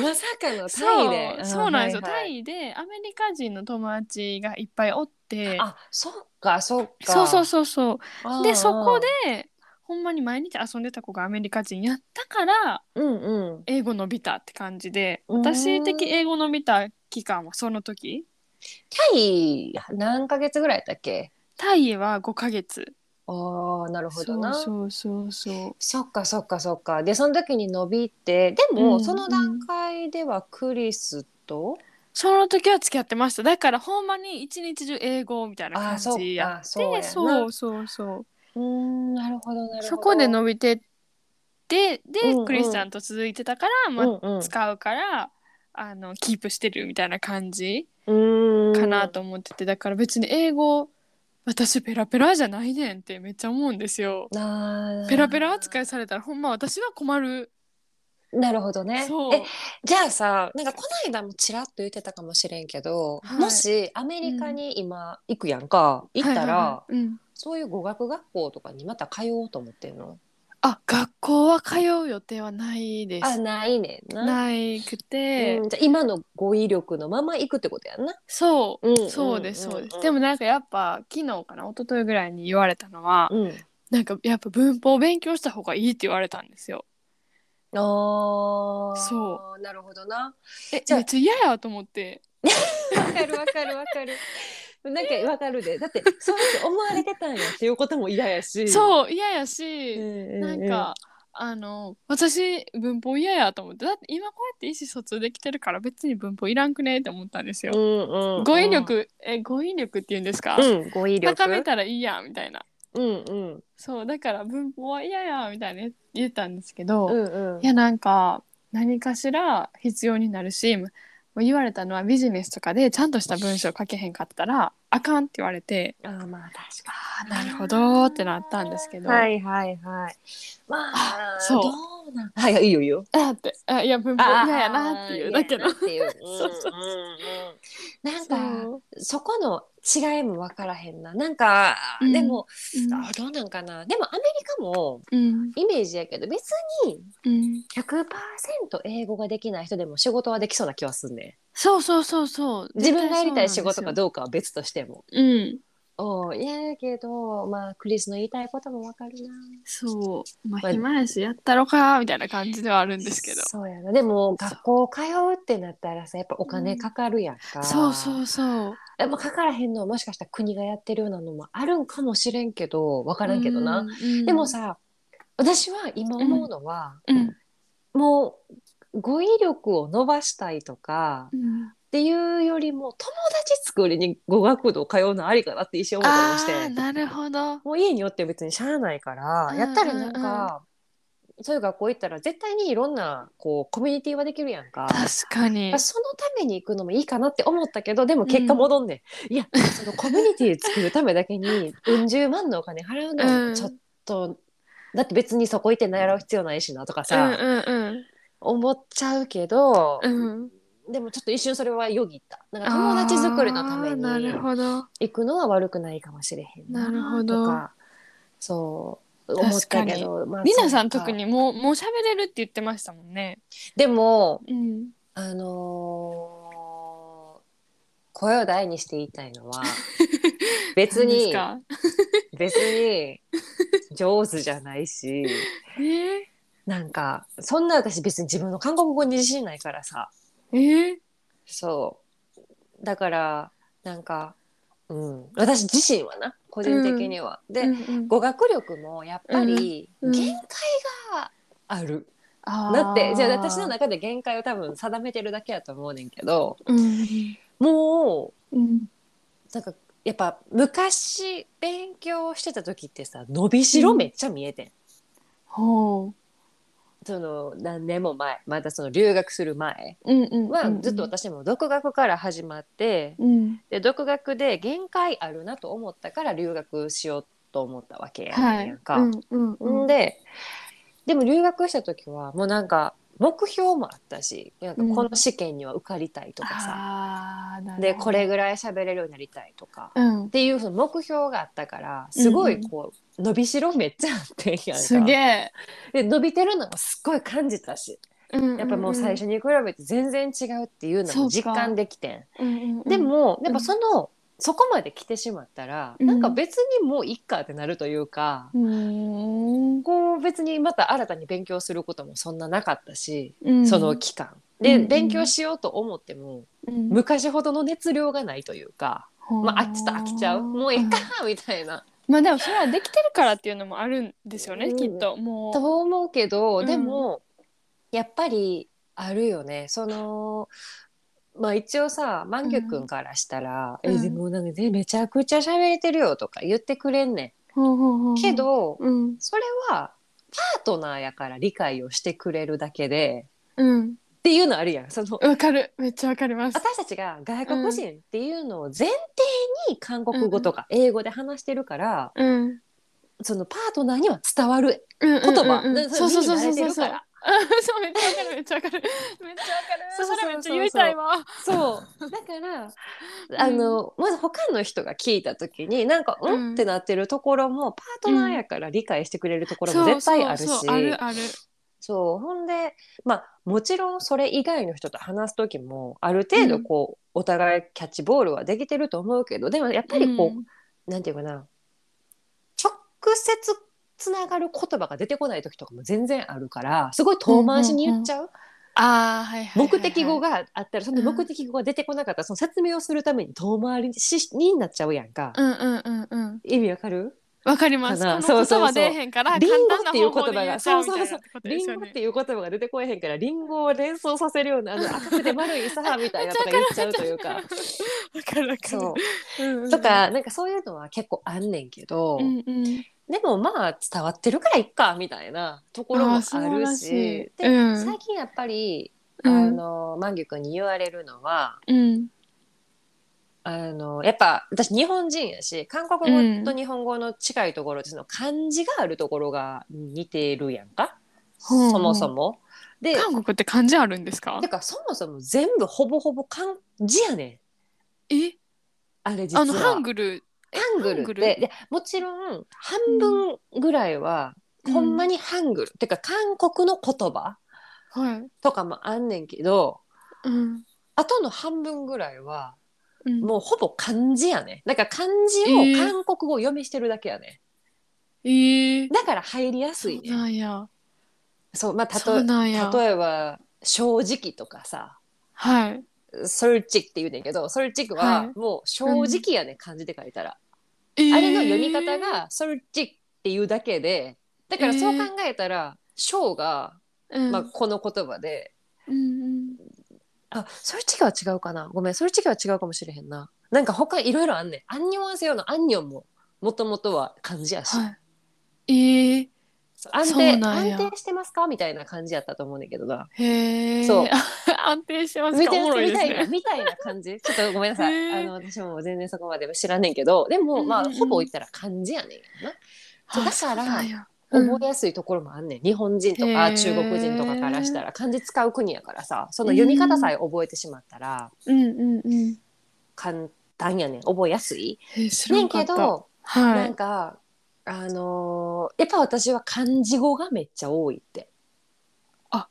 S2: まさかの タ
S3: そ
S2: イ
S3: う
S2: で。
S3: そうなんですよ、
S2: はいはい
S3: タイでアメリカ人の友達がいっぱいおって
S2: あ、そっかそっか。
S3: そうそうそうそう
S2: あー
S3: でそこ。でほんまに毎日遊んでた子がアメリカ人やったから
S2: うんうん。
S3: 英語伸びたって感じで
S2: うーん
S3: 私的英語伸びた期間はその時
S2: タイ何ヶ月ぐらいだっけ？
S3: タイへは5ヶ月
S2: ああなるほどな。
S3: そうそうそうそう
S2: そっかそっかそっか。でその時に伸びて、で
S3: うんう
S2: も
S3: ん
S2: その段階ではクリスと、
S3: その時は付き合ってましただからほんまに一日中英語みたいな
S2: あ
S3: 感
S2: ーそっ
S3: じや
S2: かそうや
S3: で
S2: な。
S3: そうそうそう
S2: うーんなるほどなるほど。
S3: そこで伸びてってで、
S2: うんうん
S3: クリスチャンと続いてたから、まあ
S2: うんうん
S3: 使うからあのキープしてるみたいな感じ。
S2: うーん
S3: かなと思っててだから別に英語私ペラペラじゃないねんってめっちゃ思うんですよ。
S2: あー
S3: ペラペラ扱いされたらほんま私は困る。
S2: なるほどね。
S3: そう
S2: えじゃあさなんかこの間もちらっと言ってたかもしれんけど、
S3: はい
S2: もしアメリカに今行くやんか、行っ
S3: は
S2: たら、
S3: いはいはいうん
S2: そういう語学学校とかにまた通おうと思ってんの
S3: あ学校は通う予定はないで
S2: あ
S3: す
S2: ないねんな
S3: ないくて、
S2: うんじゃあ今の語彙力のまま行くってことやんな。
S3: そう、
S2: うん
S3: そうですそうです、
S2: うん
S3: でもなんかやっぱ昨日かな一昨日ぐらいに言われたのは、
S2: うん、
S3: なんかやっぱ文法を勉強した方がいいって言われたんですよ
S2: あ
S3: そう
S2: なるほどな。
S3: え
S2: じゃあ
S3: めっちゃ嫌やと思って
S2: わかるわかるわかる。なんかわかるでだってそうやって思われてたんやっていうことも嫌やし。う。
S3: そう嫌やし、なんか、あの私文法嫌やと思ってだって今こうやって意思疎通できてるから別に文法いらんくねって思ったんですよ
S2: う、んうんうん、
S3: 語彙力え語彙力って言うんですか、
S2: うん語彙力
S3: 高めたらいいやみたいな
S2: うんうん
S3: そうだから文法は嫌やみたいな言ったんですけど、
S2: うんうん
S3: いやなんか何かしら必要になるしもう言われたのはビジネスとかでちゃんとした文章書けへんかったらあかんって言われて
S2: あーまあ確か
S3: あーなるほどってなったんですけ
S2: に
S3: ど、
S2: いはいはいまあ
S3: あそう
S2: どうなんはいはいいいよいいよ
S3: あーってあいや文法嫌やなっていうだけの
S2: あー嫌やなっていう
S3: そうそう
S2: うんうんうんなん
S3: そう
S2: かそこの違いも分からへんななんか、
S3: うん
S2: でも、
S3: うん
S2: あどうなんかなでもアメリカも
S3: うん
S2: イメージやけど別に
S3: うん、
S2: 100%英語ができない人でも仕事はできそうな気はすんね
S3: そうそうそうそう
S2: 自分がやりたい仕事か
S3: う
S2: どうかは別としても
S3: うん
S2: おういやけどまあクリスの言いたいこともわかるな
S3: そうま
S2: ま
S3: あ
S2: あ
S3: 暇やしやったろかみたいな感じではあるんですけど
S2: そうやなでも学校通うってなったらさやっぱお金かかるやんか、
S3: そうそうそう
S2: でもかからへんのはもしかしたら国がやってるようなのもあるんかもしれんけどわからんけどな、
S3: うん
S2: でもさ私は今思うのは、
S3: うん
S2: もう語彙力を伸ばしたいとか
S3: うん
S2: っていうよりも友達作りに語学堂通うのありかなって一瞬思ったりも
S3: あ
S2: し
S3: あー
S2: て
S3: なるほど
S2: もう家によって別にしゃあないから、
S3: うん
S2: やったらなんか、そういう学校行ったら絶対にいろんなこうコミュニティはできるやんか。
S3: 確かに
S2: まあそのために行くのもいいかなって思ったけどでも結果戻んね、ん、いや そのコミュニティ作るためだけにうん十万のお金払うの
S3: うん
S2: はちょっと、だって別にそこ行って習う必要ないしなとかさ、
S3: うん
S2: 思っちゃうけど、
S3: うんうん、うん、
S2: でもちょっと一瞬それはよぎったなんか友達作りのため
S3: あーな
S2: に
S3: るほど
S2: 行くのは悪くないかもしれへん
S3: なるほど
S2: とかそう思ったけど、まあ
S3: リナ
S2: そ
S3: さ
S2: うんか
S3: 特にもうもう喋れるって言ってましたもんね
S2: でも
S3: うん
S2: あのー声を大にして言いたい のは別
S3: 何です
S2: に
S3: か
S2: 別に上手じゃないし
S3: えー、
S2: なんかそんな私別に自分の韓国語に自信ないからさ
S3: えー、
S2: そうだからなんか、うん、私自身はな個人的には。で、
S3: うんうん
S2: 語学力もやっぱり
S3: うんうん
S2: 限界がある、
S3: あー
S2: だってじゃあ私の中で限界を多分定めてるだけやと思うねんけど
S3: うん
S2: もう
S3: うん
S2: なんかやっぱ昔勉強してた時ってさ伸びしろめっちゃ見えてん、
S3: ほ
S2: その何年も前またその留学する前
S3: ううんうん
S2: はずっと私も独学から始まって、
S3: うん
S2: で独学で限界あるなと思ったから留学しようと思ったわけや
S3: はい
S2: んか。
S3: うんうんうん
S2: ん、ででも留学した時はもうなんか目標もあったしなんかこの試験には受かりたいとかさ、
S3: あーなるほど
S2: でこれぐらい喋れるようになりたいとか、
S3: うん
S2: っていうその目標があったからすごいこう、伸びしろめっちゃあってんやんか
S3: すげえ
S2: で伸びてるのもすっごい感じたしやっぱもう最初に比べて全然違うっていうのも実感できてん
S3: うんうんうん
S2: でもやっぱその、そこまで来てしまったら、
S3: うん
S2: なんか別にもういっかってなるというか、
S3: うん
S2: こう別にまた新たに勉強することもそんななかったし、
S3: うん
S2: その期間で、
S3: うん
S2: 勉強しようと思っても
S3: うん
S2: 昔ほどの熱量がないというか、まああちょっと飽きちゃうもういいかみたいな
S3: まあでもそれはできてるからっていうのもあるんですよね、
S2: うん
S3: きっともう。
S2: と思うけど、
S3: うん
S2: でもやっぱりあるよねそのまあ一応さマンギュ君からしたら「
S3: うん
S2: えでもなんかねめちゃくちゃ喋れてるよ」とか言ってくれんね
S3: ほうほうほうん
S2: け、ど、
S3: うん
S2: それはパートナーやから理解をしてくれるだけで
S3: うん、
S2: っていうのあるやんその
S3: わかるめっちゃわかります。
S2: 私たちが外国人っていうのを前提に韓国語とか英語で話してるから、
S3: うん、うん
S2: そのパートナーには伝わる
S3: うんうんうん
S2: 言葉、
S3: うん
S2: で
S3: そうそうそう
S2: 耳
S3: そうそう
S2: 慣れてるから
S3: そうめっちゃわかるめっちゃわか るめっちゃわかる
S2: そうそうそ
S3: それめ
S2: うそう
S3: っちゃ言いたいわ
S2: そう。だから、 あの、まず他の人が聞いた時に、なんか、うん、
S3: うん
S2: ってなってるところも、パートナーやから理解してくれるところも絶対ある
S3: そ
S2: し。
S3: うそうそうあるある
S2: そうほんでまあもちろんそれ以外の人と話す時もある程度こう、お互いキャッチボールはできてると思うけどでもやっぱりこう、
S3: ん
S2: なんていうかな直接つながる言葉が出てこない時とかも全然あるからすごい遠回しに言っちゃう,、
S3: あーはいはいはいはい
S2: 目的語があったらその目的語が出てこなかったらその説明をするために遠回りにしになっちゃうやんか、
S3: うんうんうんうん
S2: 意味わかる
S3: わかります
S2: か
S3: こ
S2: な
S3: の
S2: そ
S3: 言
S2: うそうそ
S3: 葉
S2: う
S3: 出えへんから
S2: リンゴ
S3: 簡単な
S2: っていう
S3: 方法で
S2: 言葉
S3: 言
S2: が
S3: っちゃみたいなことで
S2: リ
S3: す
S2: ン
S3: よ
S2: ゴっ
S3: ね
S2: ていう言葉が出てこえへんからリンゴを連想させるようなあの赤くて丸いさみたいなとか言っちゃうというか
S3: わかるわかる
S2: そ
S3: うんうんう
S2: うんとかなんかそういうのは結構あんねんけど、
S3: うんうん
S2: でもまあ伝わってるからいっかみたいなところもあ
S3: あー
S2: る
S3: 素晴ら
S2: し
S3: しい
S2: で、
S3: うん
S2: 最近やっぱりあ
S3: うん
S2: の万菊に言われるのは
S3: うん
S2: あのやっぱ私日本人やし韓国語と日本語の近いところってその漢字があるところが似てるやんか、
S3: ほう
S2: そもそも。で
S3: 韓国って漢字あるんですか
S2: てかそもそも全部ほぼほぼ漢字やねん
S3: え
S2: あれ実は
S3: あのハングルえ
S2: ハング
S3: ハ
S2: ルって
S3: ングル
S2: でもちろん半分ぐらいは、ほんまにハングルてか韓国の言葉
S3: はい
S2: とかもあんねんけど
S3: うん
S2: あとの半分ぐらいは
S3: うん
S2: もうほぼ漢字やねんだから漢字
S3: えー
S2: を韓国語読みしてるだけやね
S3: えー
S2: んだから入りやすい
S3: そう
S2: ねん
S3: なんや
S2: そうまあた
S3: そ
S2: と
S3: うなんや
S2: 例えば「正直」とかさ
S3: はい
S2: 「ソルチ」って言うねんけどソルチ
S3: は
S2: はいもう「正直」やねん漢字で書いたら。
S3: あ
S2: あれの読み方が「ソルチ」っていうだけでだからそう考えたら「ショーが、
S3: うん
S2: まあ、この言葉で
S3: うん
S2: 「あソルチ」は違うかなごめんソルチは違うかもしれへんななんか他いろいろあんねん「アンニョンアセヨ」の「アンニョン」ももともとは漢字やし、
S3: いえー
S2: 安
S3: そう
S2: 定
S3: なんや
S2: 安定してますかみたいな感じやったと思うねんだけどな
S3: へえ
S2: そう
S3: 安定してます
S2: み
S3: か
S2: た
S3: おもろい
S2: い
S3: で
S2: な
S3: す
S2: みたい
S3: ね
S2: なみたいな感 じちょっとごめんなさい、
S3: へー
S2: あの私も全然そこまで知らんねんけどでも、ま
S3: うん
S2: あ
S3: うんうん
S2: ほぼ言ったら漢字やねんやなそうだから
S3: あそうなんやうん
S2: 覚えやすいところもあんねん、日本人と
S3: へー
S2: か中国人とかからしたら漢字使う国やからさその読み方さえ覚えてしまったら
S3: うんうんうん
S2: 簡単やねん覚えやすい。
S3: えー知ら
S2: ね
S3: ん
S2: ん
S3: か
S2: け
S3: った
S2: ど、
S3: は
S2: なん
S3: い
S2: かあのーやっぱ私は漢字語がめっちゃ多いって。
S3: あ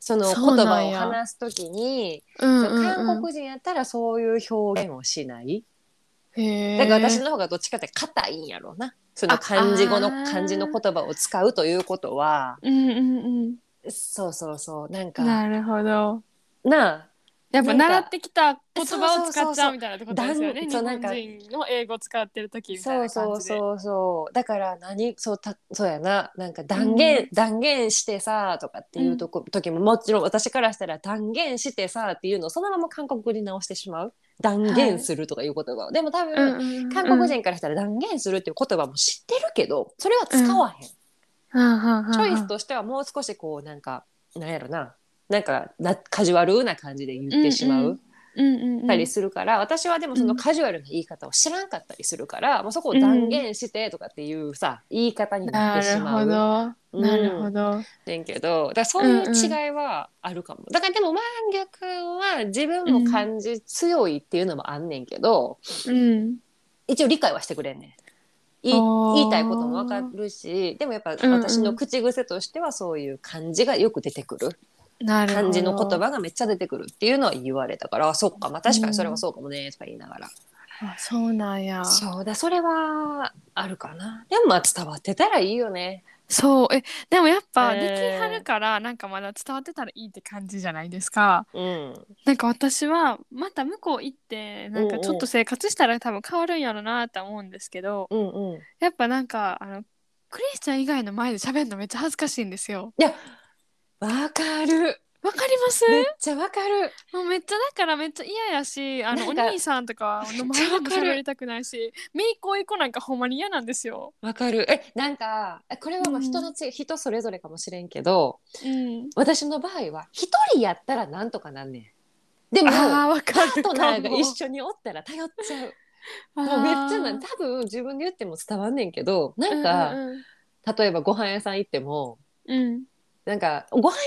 S2: その言
S3: そうな
S2: 葉
S3: ん
S2: を
S3: や
S2: 話すときに、
S3: うん
S2: そう
S3: うん
S2: 韓
S3: うん
S2: 国人やったらそういう表現をしない。
S3: へー
S2: だから私の方がどっちかって硬いんやろうな。その漢字語の
S3: ああー
S2: 漢字の言葉を使うということは。
S3: うんうん
S2: そうそうそうなん
S3: う
S2: か
S3: んなるほど
S2: な
S3: やっぱ
S2: なんか
S3: 習ってきた言葉を使っちゃうみたいなってことですよね日
S2: そうそうそうそう
S3: 本人の英語使ってる時みたい
S2: そう
S3: な感
S2: そう
S3: じで
S2: そうそうだから何そうたそうやななんか断言、
S3: うん
S2: 断言してさとかっていうとこ、時ももちろん私からしたら断言してさっていうのをそのまま韓国語に直してしまう断言するとかいう言葉を、でも多分、
S3: うんうんうん
S2: 韓国人からしたら断言するっていう言葉も知ってるけどそれは使わへ
S3: うんう
S2: ん、
S3: んうんうん
S2: チョイスとしてはもう少しこうなんかなんやろななんかなカジュアルな感じで言ってしまう、
S3: うんうんうんうんうん
S2: ったりするから、私はでもそのカジュアルな言い方を知らんかったりするから、もうそこを断言してとかっていうさ、言い方に
S3: な
S2: なってし
S3: る
S2: ま
S3: ほ
S2: う
S3: ど、
S2: うん
S3: なるほど
S2: ねんけどだからそういう違いはあるかも、だからでも万玉は自分も感じ強いっていうのもあんねんけど、
S3: うん
S2: 一応理解はしてくれんねん。い
S3: あー
S2: 言いたいこともわかるしでもやっぱ
S3: うん
S2: 私の口癖としてはそういう漢字がよく出てくる、
S3: なるほど
S2: 漢字の言葉がめっちゃ出てくるっていうのは言われたからあそっかまあ確かにそれはそうかもねとか言いながら
S3: あそうなんや
S2: そうだそれはあるかなでもまあ伝わってたらいいよね
S3: そうえでもやっぱ
S2: え
S3: で
S2: ー
S3: きはるからなんかまだ伝わってたらいいって感じじゃないですか
S2: うん
S3: なんか私はまた向こう行ってなんかちょっと生活したら多分変わるんやろなって思うんですけど
S2: うんうんい
S3: やっぱなんかあのクリスチャン以外の前で喋るのめっちゃ恥ずかしいんですよ
S2: やわかる
S3: わかります
S2: めっちゃわかる
S3: もうめっちゃだからめっちゃ嫌やしあの
S2: な
S3: お
S2: んか
S3: 兄さんとかの前でも喋りたくないしめいっ子いっ子なんかほんまに嫌なんですよ。
S2: わかるえなんかえこれはもう人のち、人それぞれかもしれんけど
S3: うん、
S2: 私の場合は一人やったらなんとかなんねんでも
S3: あーわ
S2: パ
S3: か
S2: ー
S3: る
S2: ト
S3: かも。
S2: ナーが一緒におったら頼っちゃうもうめっちゃな多分自分で言っても伝わんねんけどなんか、
S3: うん
S2: 例えばご飯屋さん行っても
S3: うんうん
S2: なんかご飯屋さ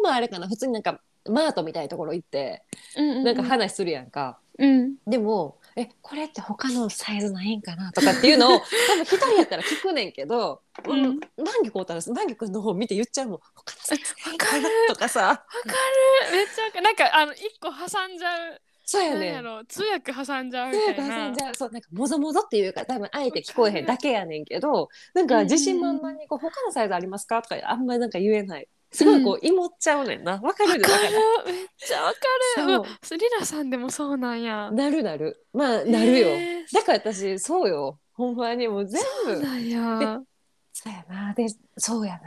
S2: んはまああれかな普通になんかマートみたいなところ行って
S3: な
S2: なんか話するやんか、
S3: うん
S2: でも「えこれって他のサイズないんかな?」とかっていう のを多分一人やったら聞くねんけど、
S3: う
S2: うんん、万木こうたら万木君の方見て言っちゃうもん「他のサイズないんかな
S3: わかる」
S2: とかさ
S3: めっちゃわかるなんかあの一個挟んじゃう
S2: そうや
S3: なん
S2: ね
S3: や
S2: ん。
S3: ろ通訳挟んじゃうみ
S2: そう
S3: た
S2: や
S3: いな
S2: からさじゃあそうなんかもぞもぞっていうか多分あえて聞こえへんだけやねんけどなんか自信満々にこう「他のサイズありますか?」とかあんまりなんか言えないすごいこういもっちゃうねんなわか
S3: わ
S2: る
S3: かる
S2: だから
S3: めっちゃわかる
S2: そう
S3: うわスリラさんでもそうなんや
S2: なるなるまあなるよ、
S3: へー
S2: だから私そうよほんまにもう全部
S3: そうなんや
S2: そうやなでそうやな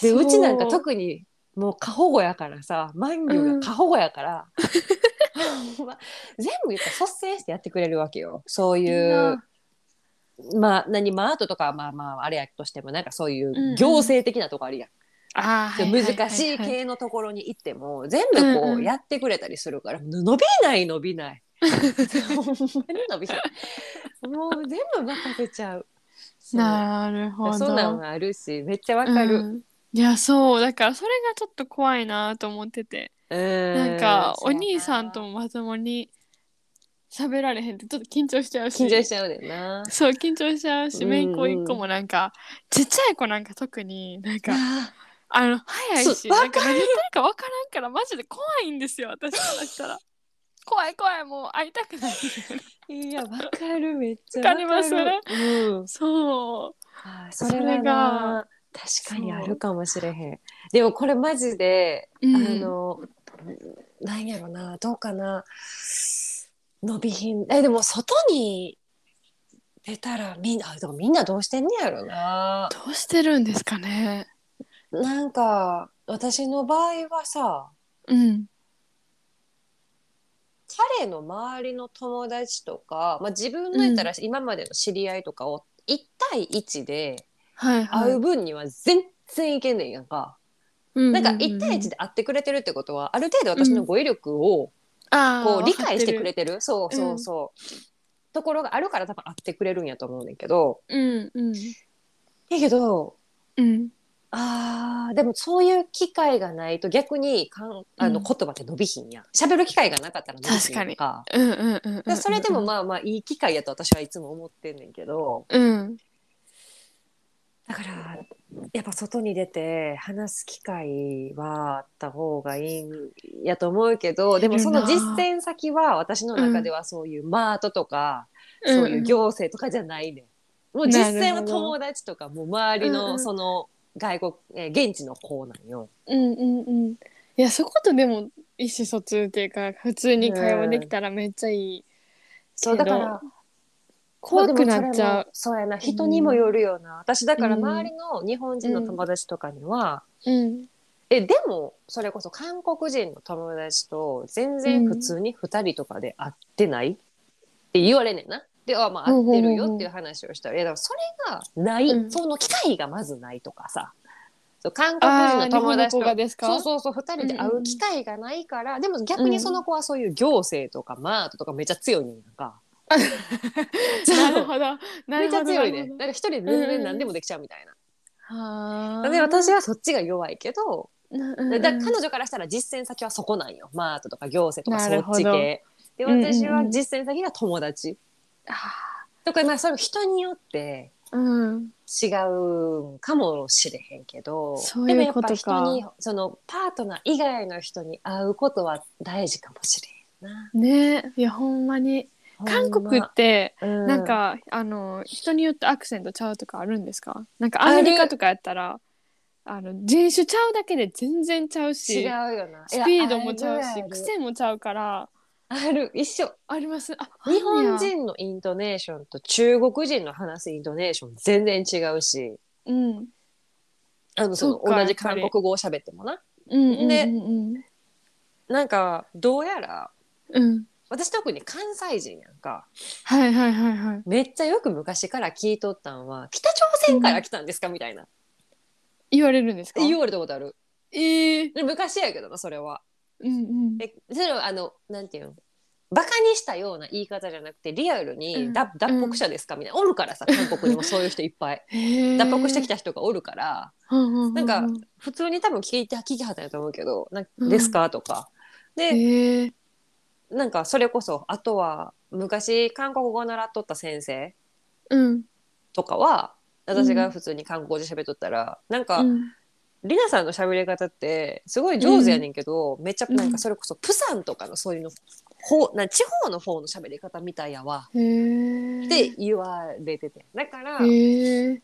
S2: でうちなんか特にもう過保護やからさ万葉が過保護やから、 ほんま全部やっぱ率先してやってくれるわけよそう
S3: に
S2: いうまあ何マートとかはまあまああれやとしてもなんかそうい
S3: んうん
S2: う行政的なとこあるやん、
S3: あー
S2: で
S3: はいはいはいはい
S2: 難しい系のところに行っても全部
S3: う
S2: こ
S3: んう
S2: うんやってくれたりするから、伸びない伸びないほんまに伸びないもう全部任せちゃうそう
S3: なるほど
S2: そんなんがあるしめっちゃわかる、
S3: うんいやそうだからそれがちょっと怖いなと思ってて
S2: な
S3: なんかお兄さんともまともに喋られへんってちょっと緊張しちゃうし
S2: 緊張しちゃうね んな。
S3: そう緊張しちゃうし
S2: うんうん
S3: めいっ子一個もなんかちっちゃい子なんか特になんか
S2: あ
S3: あの早いし
S2: そう
S3: なんか何言ってるか分からんからマジで怖いんですよ私からしたら怖い怖いもう会いたくない
S2: ーいやわかるめっちゃ
S3: わかります
S2: わかるうん、
S3: そう
S2: あー
S3: そ
S2: そ
S3: れ
S2: れ
S3: が
S2: はな確かにあるかもしれへん。でもこれマジで、
S3: うん
S2: あのなんやろなどうかな伸びひんえでも外に出たらみんなあでもみんなどうしてんねやろな。
S3: どうしてるんですかね
S2: なんか私の場合はさ
S3: うん
S2: 彼の周りの友達とか、まあ、自分の言ったら今までの知り合いとかを1対1で
S3: はいはい
S2: 会う分には全然いけんねんやんか、なんか1対1
S3: で
S2: で会ってくれてるってことはある程度私の語彙力をこう理解してくれてる、そうそうそう、ところがあるから多分会ってくれるんやと思うねんけど
S3: うんうん
S2: いいけど
S3: うん
S2: あーでもそういう機会がないと逆にかんあの
S3: うん
S2: 言葉って伸びひんやん喋る機会がなかったら伸びひんやん
S3: 確うんうんうんうん
S2: でそれでもまあまあいい機会やと私はいつも思ってんねんけど
S3: うん
S2: だからやっぱ外に出て話す機会はあった方がいいんやと思うけどでもその実践先は私の中ではそういうマートとか、そういう行政とかじゃないねん。もう実
S3: な
S2: 践
S3: る
S2: は
S3: ほど
S2: 友達とかもう周り
S3: うんう
S2: の
S3: ん
S2: その外国、えー現地の子なんよ。
S3: うんうんうんいやそことでも意思疎通っていうか普通に会話できたらめっちゃいい
S2: そうだから
S3: 怖くなっちゃう
S2: まあでもそれもそうやな人にもよるよな、私だから
S3: うん
S2: 周りの日本人の友達とかには、
S3: うん
S2: えでもそれこそ韓国人の友達と全然普通に2人とかで会ってない、って言われんねんな。であまあ
S3: ほうほう
S2: 会
S3: ほう
S2: ってるよっていう話をしたらいやだからそれがない、
S3: うん
S2: その機会がまずないとかさそう韓国人の友
S3: あー
S2: 達
S3: 日本の子が
S2: と
S3: ですか
S2: そうそうそう2人で会う機会がないから、でも逆にその子はそういう行政とかマートとかめっちゃ強いねんなんか。そう
S3: なるほどな
S2: め
S3: る
S2: っち
S3: ほ
S2: ゃ
S3: ど
S2: 強いね。
S3: なる
S2: な
S3: ほ
S2: ん
S3: ど
S2: か一人で全然何でもできちゃうみたいな。
S3: は
S2: で私はそっちが弱いけど、
S3: だ
S2: だから彼女からしたら実践先はそこなんよマートとか行政とか
S3: なる
S2: そ
S3: ほ
S2: っ
S3: ど
S2: ち系で
S3: うんうんうん
S2: 私は実践先が友達とかまあそれも人によって
S3: うん
S2: 違うんかもしれへんけど
S3: そういうことか
S2: でもやっぱ人にそのパートナー以外の人に会うことは大事かもしれへんな
S3: ねいやほんまに韓国って
S2: ほんまう
S3: なんか、あの人によってアクセントちゃうとかあるんですかなんかアメリカとかやったらあの人種ちゃうだけで全然ちゃうし
S2: 違うよな
S3: スピードもちゃう
S2: い
S3: し
S2: や
S3: 癖もちゃうから
S2: あるある一緒
S3: ありますあ
S2: 日本人のイントネーションと中国人の話すイントネーション全然違うし
S3: うん
S2: あのそ
S3: そ
S2: の
S3: うか
S2: 同じ韓国語を喋ってもな
S3: うんうん
S2: で
S3: うん
S2: なんかどうやら
S3: うんうん
S2: 私特に関西人やんか
S3: はいはいはいはい
S2: めっちゃよく昔から聞いとったんは北朝鮮から来たんですかみたいな
S3: 言われるんですか
S2: 言われたことある
S3: ええ
S2: で昔やけどなそれは
S3: うんうん
S2: えそれはあのなんていうのバカにしたような言い方じゃなくてリアル
S3: う
S2: に
S3: ん
S2: だ「脱北者ですか?」みたいなおるからさ韓国にもそういう人いっぱ い脱北してきた人がおるから
S3: なん
S2: か普通に多分聞いて聞きはったんやと思うけど「なんか
S3: うん
S2: ですか?」とか。で
S3: へえ
S2: なんかそれこそあとは昔韓国語習っとった先生
S3: うん
S2: とかは私が普通に韓国語で喋っとったら、なんか、
S3: うん
S2: リナさんの喋り方ってすごい上手やねんけど、めっちゃなんかそれこそプサンとかのそういうの、ほうなん地方の方の喋り方みたいやわ
S3: へえ
S2: って言われててだから
S3: へえ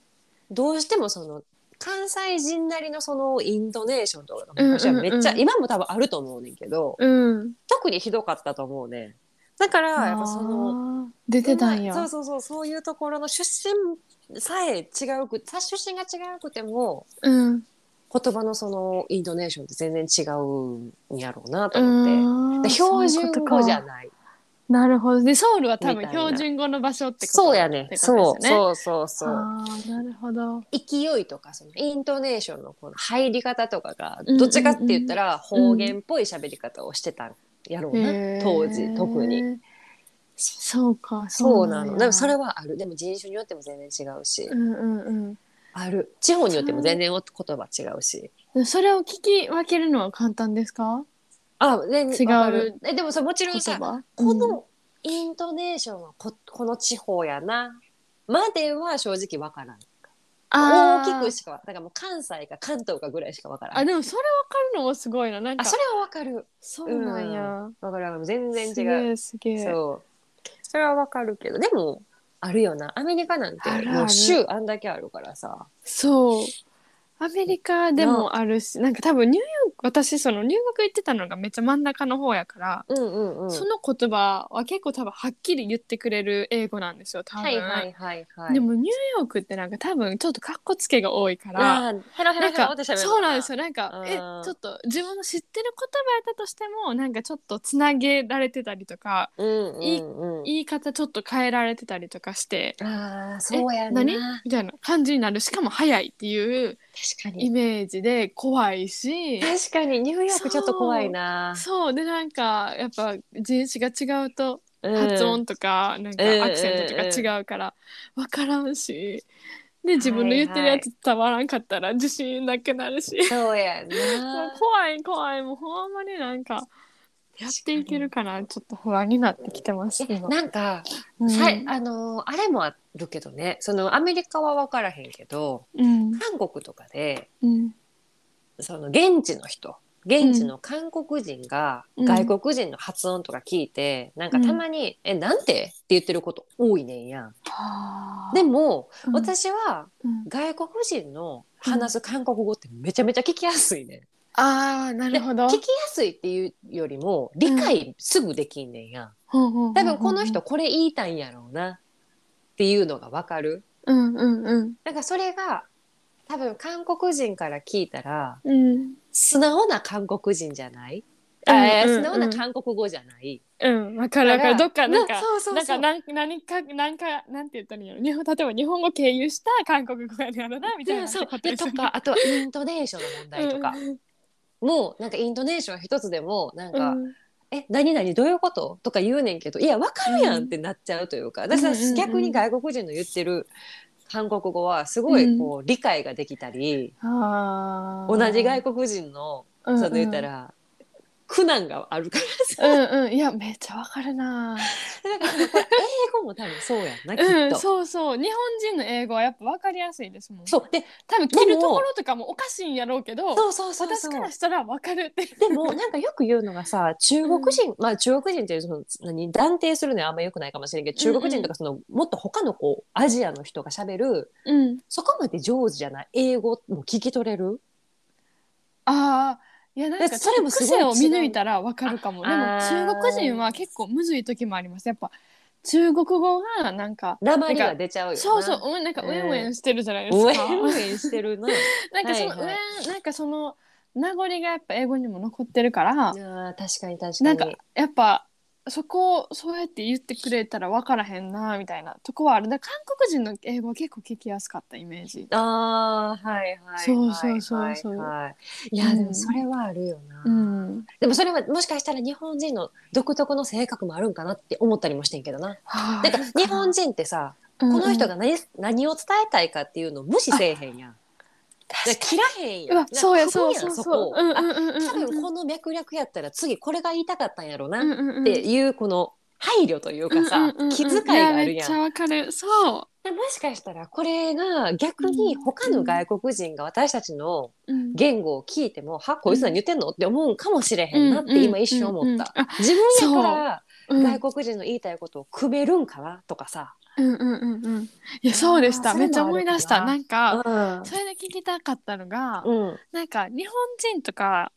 S2: どうしてもその関西人なりのそのインドネーションとかの昔はめっちゃ、
S3: うんうんうん
S2: 今も多分あると思うねんけど
S3: うん
S2: 特にひどかったと思うねんだからやっぱその
S3: あー出てたんや
S2: そうそうそうそういうところの出身さえ違うくさ出身が違うくても
S3: うん
S2: 言葉のそのインドネーションって全然違うんやろうなと思って、
S3: うん
S2: で標準語じゃ
S3: ん
S2: ない
S3: なるほどでソウルは多
S2: み
S3: 分
S2: たいな
S3: 標準語の場所ってこと
S2: そうやね
S3: ってこと
S2: そ
S3: で
S2: う
S3: すよね
S2: そうそうそう
S3: あーなるほど
S2: 勢いとかそのイントネーションのこの入り方とかが
S3: うん
S2: どっちかって言ったら方言っぽい喋り方をしてたんやろうな、
S3: へー
S2: 当時特に
S3: そうか
S2: そうなのでもそれ
S3: は
S2: はあるでも人種によっても全然違うし、
S3: うんうん
S2: ある地方によっても全然お言葉違うし。
S3: うんそれを聞き分けるのは簡単ですか
S2: あ、ね、
S3: 違う
S2: わかるえ、でもさ、もちろ
S3: 言
S2: んさ、
S3: 葉
S2: このイントネーションはこ、この地方やな。までは正直わからん。大きく
S3: く
S2: しかわ、だからもう関西か関東かぐらいしかわから
S3: あ
S2: ん。
S3: でもそれ分かるのもすごいななんか
S2: あ、それはわかる。
S3: そうなんや
S2: わかるわかる。全然
S3: す
S2: 違う。
S3: げえすげえ
S2: そう。それはわかるけど、でも、あるよな。アメリカなんて
S3: あるあ、る
S2: もう州あんだけあるからさ。
S3: そうアメリカでもあるしなんか多分ニューヨーク私その入学行ってたのがめっちゃ真ん中の方やから、
S2: うんうんうん。
S3: その言葉は結構多分はっきり言ってくれる英語なんですよ多分、
S2: はいはいはいはい。
S3: でもニューヨークってなんか多分ちょっとカッコつけが多いから
S2: あー、ヘラヘ
S3: な
S2: ラ
S3: ん
S2: ヘラ
S3: か
S2: って喋る
S3: そうなんです
S2: よ。
S3: よなんか
S2: うん
S3: えちょっと自分の知ってる言葉やったとしてもなんかちょっとつなげられてたりとか
S2: うんうんうん。
S3: 言い方ちょっと変えられてたりとかして
S2: ああ、そうやん
S3: え何
S2: な。
S3: みたいな感じになるしかも早いっていう
S2: 確か
S3: イ
S2: に。
S3: メージで怖いし
S2: 確かにニューヨークちょっと怖いな。
S3: そうでなんかやっぱ人種が違うと
S2: うん
S3: 発音とかなんか
S2: うん
S3: アクセントとか違うから分からんしで自分の言ってるやつ伝わらんかったら自信なくなるし
S2: そうやん
S3: も
S2: な
S3: う。怖い怖いもうほんまになんかやっていけるかなちょっと不安になってきてます
S2: え
S3: 今
S2: なんか、
S3: うん
S2: さいあのーあれもあるけどねそのアメリカは分からへんけど
S3: うん
S2: 韓国とかで
S3: うん
S2: その現地の人現地の韓国人が
S3: うん
S2: 外国人の発音とか聞いて、なんかたまに「えなんて?」って言ってること多いねんやん。でも、
S3: うん
S2: 私は
S3: うん
S2: 外国人の話す韓国語ってめちゃめちゃ聞きやすいねん。
S3: あーな
S2: で
S3: るほど
S2: 聞きやすいっていうよりも理解すぐできんねんや、ん、
S3: ほうほうほうほう
S2: 多分この人これ言いたいんやろうなっていうのがわかる
S3: うんうんうん
S2: なんかそれが多分韓国人から聞いたら
S3: うん
S2: 素直な韓国人じゃない、
S3: うん
S2: あえー
S3: うん
S2: 素直な韓国語じゃない、
S3: うんわかるわかるどっかなん
S2: な
S3: か
S2: そうそう
S3: なん
S2: そ
S3: か
S2: う
S3: なん何かなんかなんて言ったらいいの日本例えば日本語経由した韓国語やねやろなみたい
S2: うん
S3: な
S2: そ う
S3: こと
S2: で
S3: です
S2: と
S3: よね
S2: かあとはイントネーションの問題とか、もうなんかイントネーション一つでもなん
S3: う
S2: か「
S3: ん
S2: え何々どういうこと?」とか言うねんけど「いやわかるやん」ってなっちゃうというか、私は
S3: うんうんうん
S2: 逆に外国人の言ってる韓国語はすごいこう理解ができたり、
S3: あ
S2: 同じ外
S3: 国
S2: 国人の
S3: そ
S2: その言ったら、苦難があるからさ
S3: うんうんいやめっちゃわかる な
S2: だからこれ英語も多分そうやんなきっ
S3: うん、
S2: と。
S3: そうそう日本人の英語はやっぱ分かりやすいですもん
S2: そうで
S3: 多分着るところとかもおかしいんやろうけど
S2: そうそうそう
S3: 私
S2: そう
S3: からしたら分かるっていう
S2: でもなんかよく言うのがさ中国人、まあ中国人っていうその何断定するのはあんまよくないかもしれんけど中国人とかその、もっと他のこうアジアの人がしゃべる
S3: うん
S2: そこまで上手じゃない英語も聞き取れる
S3: ああいやなん
S2: で
S3: か
S2: それもすごい
S3: 癖を見抜いたら分かるかもでも
S2: あー
S3: 中国人は結構むずい時もありますやっぱ中国語がなんか
S2: なまりが出ちゃうよな
S3: そうそううんなんか
S2: うん
S3: ウェンウェンしてるじゃないです
S2: ウ
S3: か、
S2: ェンウェンして るな
S3: なんかそのウェン、
S2: はいは
S3: なんかその名残がやっぱ英語にも残ってるから
S2: あー確かに確かに
S3: なんかやっぱそこをそうやって言ってくれたら分からへんなみたいなとこはあるだから韓国人の英語は結構聞きやすかったイメージ。
S2: ああ、はいはいはいはいはい。
S3: そうそうそうそう
S2: はい。いや、でもそれはあるよな。
S3: うん、
S2: でもそれはもしかしたら日本人の独特の性格もあるんかなって思ったりもしてんけどな。
S3: はあ
S2: だから日本人ってさ、
S3: うん
S2: この人が何,、何を伝えたいかっていうのを無視せえへんやん。だから切らへん
S3: う
S2: やん。
S3: わそうや
S2: だか
S3: そ
S2: ら
S3: う
S2: こ
S3: そう
S2: こ
S3: そう。う
S2: やん
S3: ん
S2: そこ
S3: うんうんうん
S2: あ多分この脈略やったら次これが言いたかったんやろうな
S3: う
S2: っ
S3: んうんうん
S2: ていうこの配慮というかさ、
S3: うんうんうんうん
S2: 気遣いがある
S3: いめっ
S2: やん
S3: ちゃわかる。そ
S2: でもしかしたらこれが逆に他の外国人が私たちの
S3: う。うん
S2: 言語を聞いても「はこいつ何言ってんの?」って思うんかもしれへんなって今一瞬思っ
S3: う
S2: た。
S3: んうんうんうんあ
S2: 自分やから
S3: うん
S2: 外国人の言いたいことを組めるんかなとかさ、
S3: うんうんうんうん。いやそうでした。
S2: そ
S3: め
S2: れもあるか
S3: っちゃ思い
S2: な
S3: 出した。なんか
S2: うん
S3: それで聞きたかったのが、
S2: うん
S3: なんか日本人とか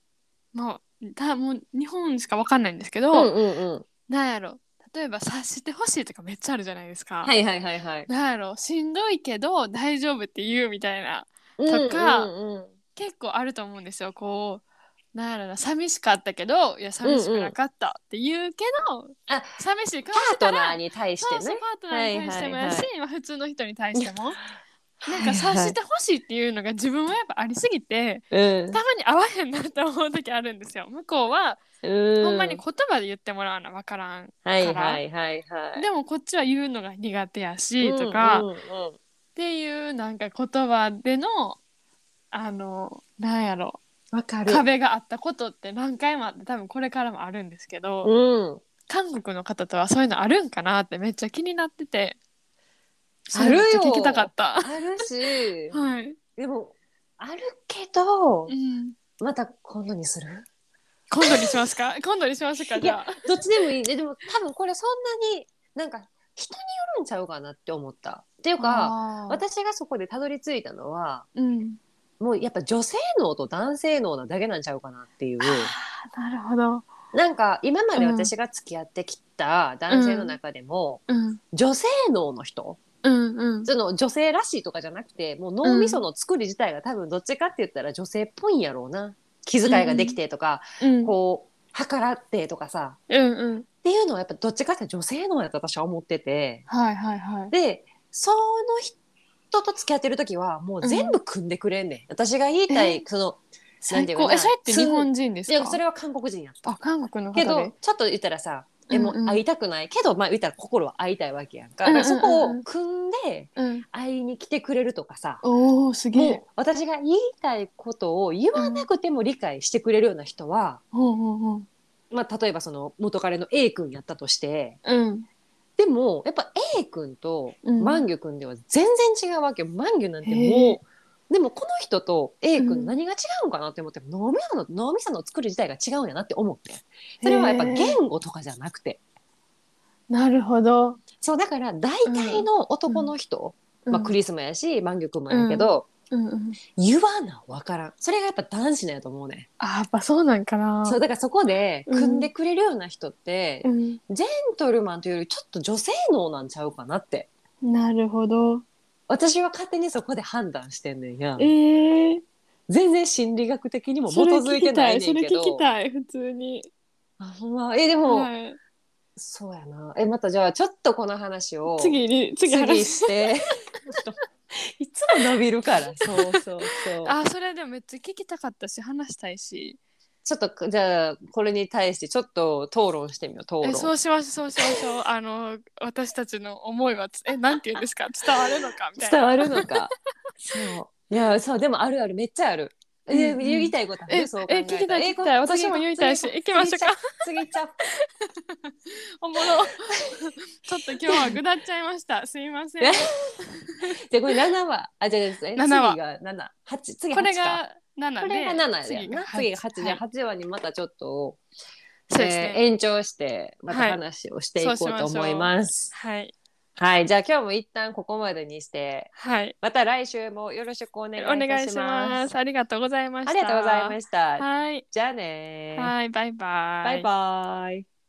S3: もうだもう日本しかわかんないんですけ
S2: う
S3: ど、
S2: んうんうん
S3: なんやろ例えば察してほしいとかめっちゃあるじゃないですか。
S2: はいはいはいはい。
S3: なんやろしんどいけど大丈夫って言うみたいな
S2: と
S3: か
S2: うんうん
S3: 結構あると思うんですよ。こうなんやろな寂しかったけどいや寂しくなかったって言うけど、
S2: あ
S3: 寂しい顔
S2: パ
S3: し
S2: ー
S3: てた
S2: ト
S3: ら
S2: ナーに対し
S3: そう
S2: て
S3: そう
S2: ね。
S3: パートナーに対してもやし、
S2: はい
S3: まあ普通の人に対してもなん
S2: はいは
S3: か
S2: い
S3: 察してほしいっていうのが自分はやっぱありすぎて
S2: うん
S3: たまに合わへんなって思う時あるんですよ向こうは
S2: う
S3: ほんまに言葉で言ってもらうの分からん、
S2: はいはいはいはい。
S3: でもこっちは言うのが苦手や
S2: い
S3: しとか、っ
S2: うんうん
S3: ていうなんか言葉でのあのなんやろ
S2: わかる。
S3: 壁があったことって何回もあって多分これからもあるんですけど、
S2: うん。
S3: 韓国の方とはそういうのあるんかなってめっちゃ気になってて
S2: あ
S3: それめ
S2: るよ
S3: っちゃ聞きたかった。、
S2: あるし
S3: はい。
S2: でもあるけど
S3: う、ん。
S2: また今度にする。
S3: 今度にします か。今度にしますか。じゃあ。
S2: どっちでもいい。ででも多分これそんなになんか人によるんちゃうかなって思った。っていうか、
S3: あー、
S2: 私がそこでたどり着いたのは、
S3: うん。
S2: もうやっぱ女性脳と男性脳なだけなんちゃうかなっていう。
S3: あなるほど。
S2: なんか今まで私が付き合ってきた男性の中でも、
S3: うん。
S2: 女性脳の人
S3: うんうん。
S2: その女性らしいとかじゃなくてもう脳みその作り自体が多分どっちかって言ったら女性っぽいんやろうな気遣いができてとか、
S3: うん。
S2: こう計らってとかさ
S3: うんうん。
S2: っていうのはやっぱどっちかっていうと女性のやと私は思ってて
S3: はいはいはい。
S2: でその人と付き合ってる時はもう全部組んでくれんねん、私が言いたい
S3: え
S2: そのなん
S3: 最
S2: ていうか
S3: 高。
S2: な
S3: え、それって日本人です
S2: いや
S3: か。
S2: それは韓国人やった
S3: あ、韓国の方
S2: け
S3: で。
S2: どちょっと言ったらさえも
S3: うんう
S2: うん会いたくないけど、まあ言ったら心は会いたいわけやんか,、
S3: うんうんうん
S2: そこを組んで
S3: うん。
S2: 会いに来てくれるとかさ、
S3: おお、すげ
S2: もう
S3: え。
S2: 私が言いたいことを言わなくても理解してくれるような人は、
S3: ほうほうほう。
S2: まあ、例えばその元彼の A 君やったとして
S3: うん。
S2: でもやっぱ A 君と
S3: うん
S2: 万魚君では全然違うわけよ万魚なんて
S3: へ
S2: もうでもこの人と A 君
S3: うん
S2: の何が違うんかなって思って脳みその脳みその作り自体が違うんやなって思ってそれはやっぱ
S3: へー
S2: 言語とかじゃなくて
S3: なるほど。
S2: そうだから大体の男の人、まあ、ク
S3: リ。
S2: リスマやし万魚君もやけど、
S3: うんうん。
S2: 言わな分からんそれがやっぱ男子なんやと思うねん。
S3: あ、やっぱそうなんかな。
S2: そうだからそこで
S3: うん
S2: 組んでくれるような人って、
S3: うん。
S2: ジェントルマンというよりちょっと女性能なんちゃうかなって
S3: なるほど。
S2: 私は勝手にそこで判断してんねんや
S3: ええ。
S2: 全然心理学的にも基
S3: それ聞
S2: づい
S3: き
S2: てな
S3: た
S2: い
S3: い。
S2: ね
S3: そ
S2: ん
S3: れ
S2: け
S3: 聞
S2: ど
S3: きたい。普通に。
S2: あほんまえでも、
S3: はい。
S2: そうやなえまたじゃあちょっとこの話を
S3: 次に次
S2: 次
S3: 話
S2: して いつも伸びるからそうそうそう
S3: あそれでもめっちゃ聞きたかったし話したいし
S2: ちょっとじゃあこれに対してちょっと討論してみよう討
S3: え
S2: 論
S3: そうしましょうそうしましょ うあの私たちの思いはつえなんて言うん ですか伝わるのかみたい
S2: 伝
S3: な
S2: わるの かそういやそうでもあるあるめっちゃある、え
S3: うんうん
S2: 言いたいことあ
S3: え
S2: るそう考
S3: え
S2: え
S3: 聞きたい
S2: ら
S3: 聞き
S2: こ
S3: たい
S2: 次
S3: 私も言いたいし
S2: 次
S3: 行きましょうか
S2: 次行っちゃう
S3: おもろ ちょっと今日はぐだっちゃいましたすいません
S2: じゃあこれ7話あじゃあじゃあ次
S3: 7話
S2: が七八次
S3: これ
S2: 八か
S3: が7で
S2: これが7で
S3: 次
S2: な
S3: が
S2: 次が8
S3: 8
S2: じゃあ
S3: はい
S2: 8話にまたちょっと、
S3: そう
S2: え
S3: です
S2: ー
S3: ね
S2: 延長してまた話をしていこう
S3: はい
S2: と思います
S3: はい
S2: はい、じゃあ今日も一旦ここまでにして
S3: はい
S2: また来週もよろしくお願いい
S3: お願い
S2: た
S3: し
S2: し
S3: ま
S2: ます
S3: すありがとうございました
S2: ありがとうございました
S3: はい
S2: じゃあね
S3: はいバイバイ
S2: バイバイ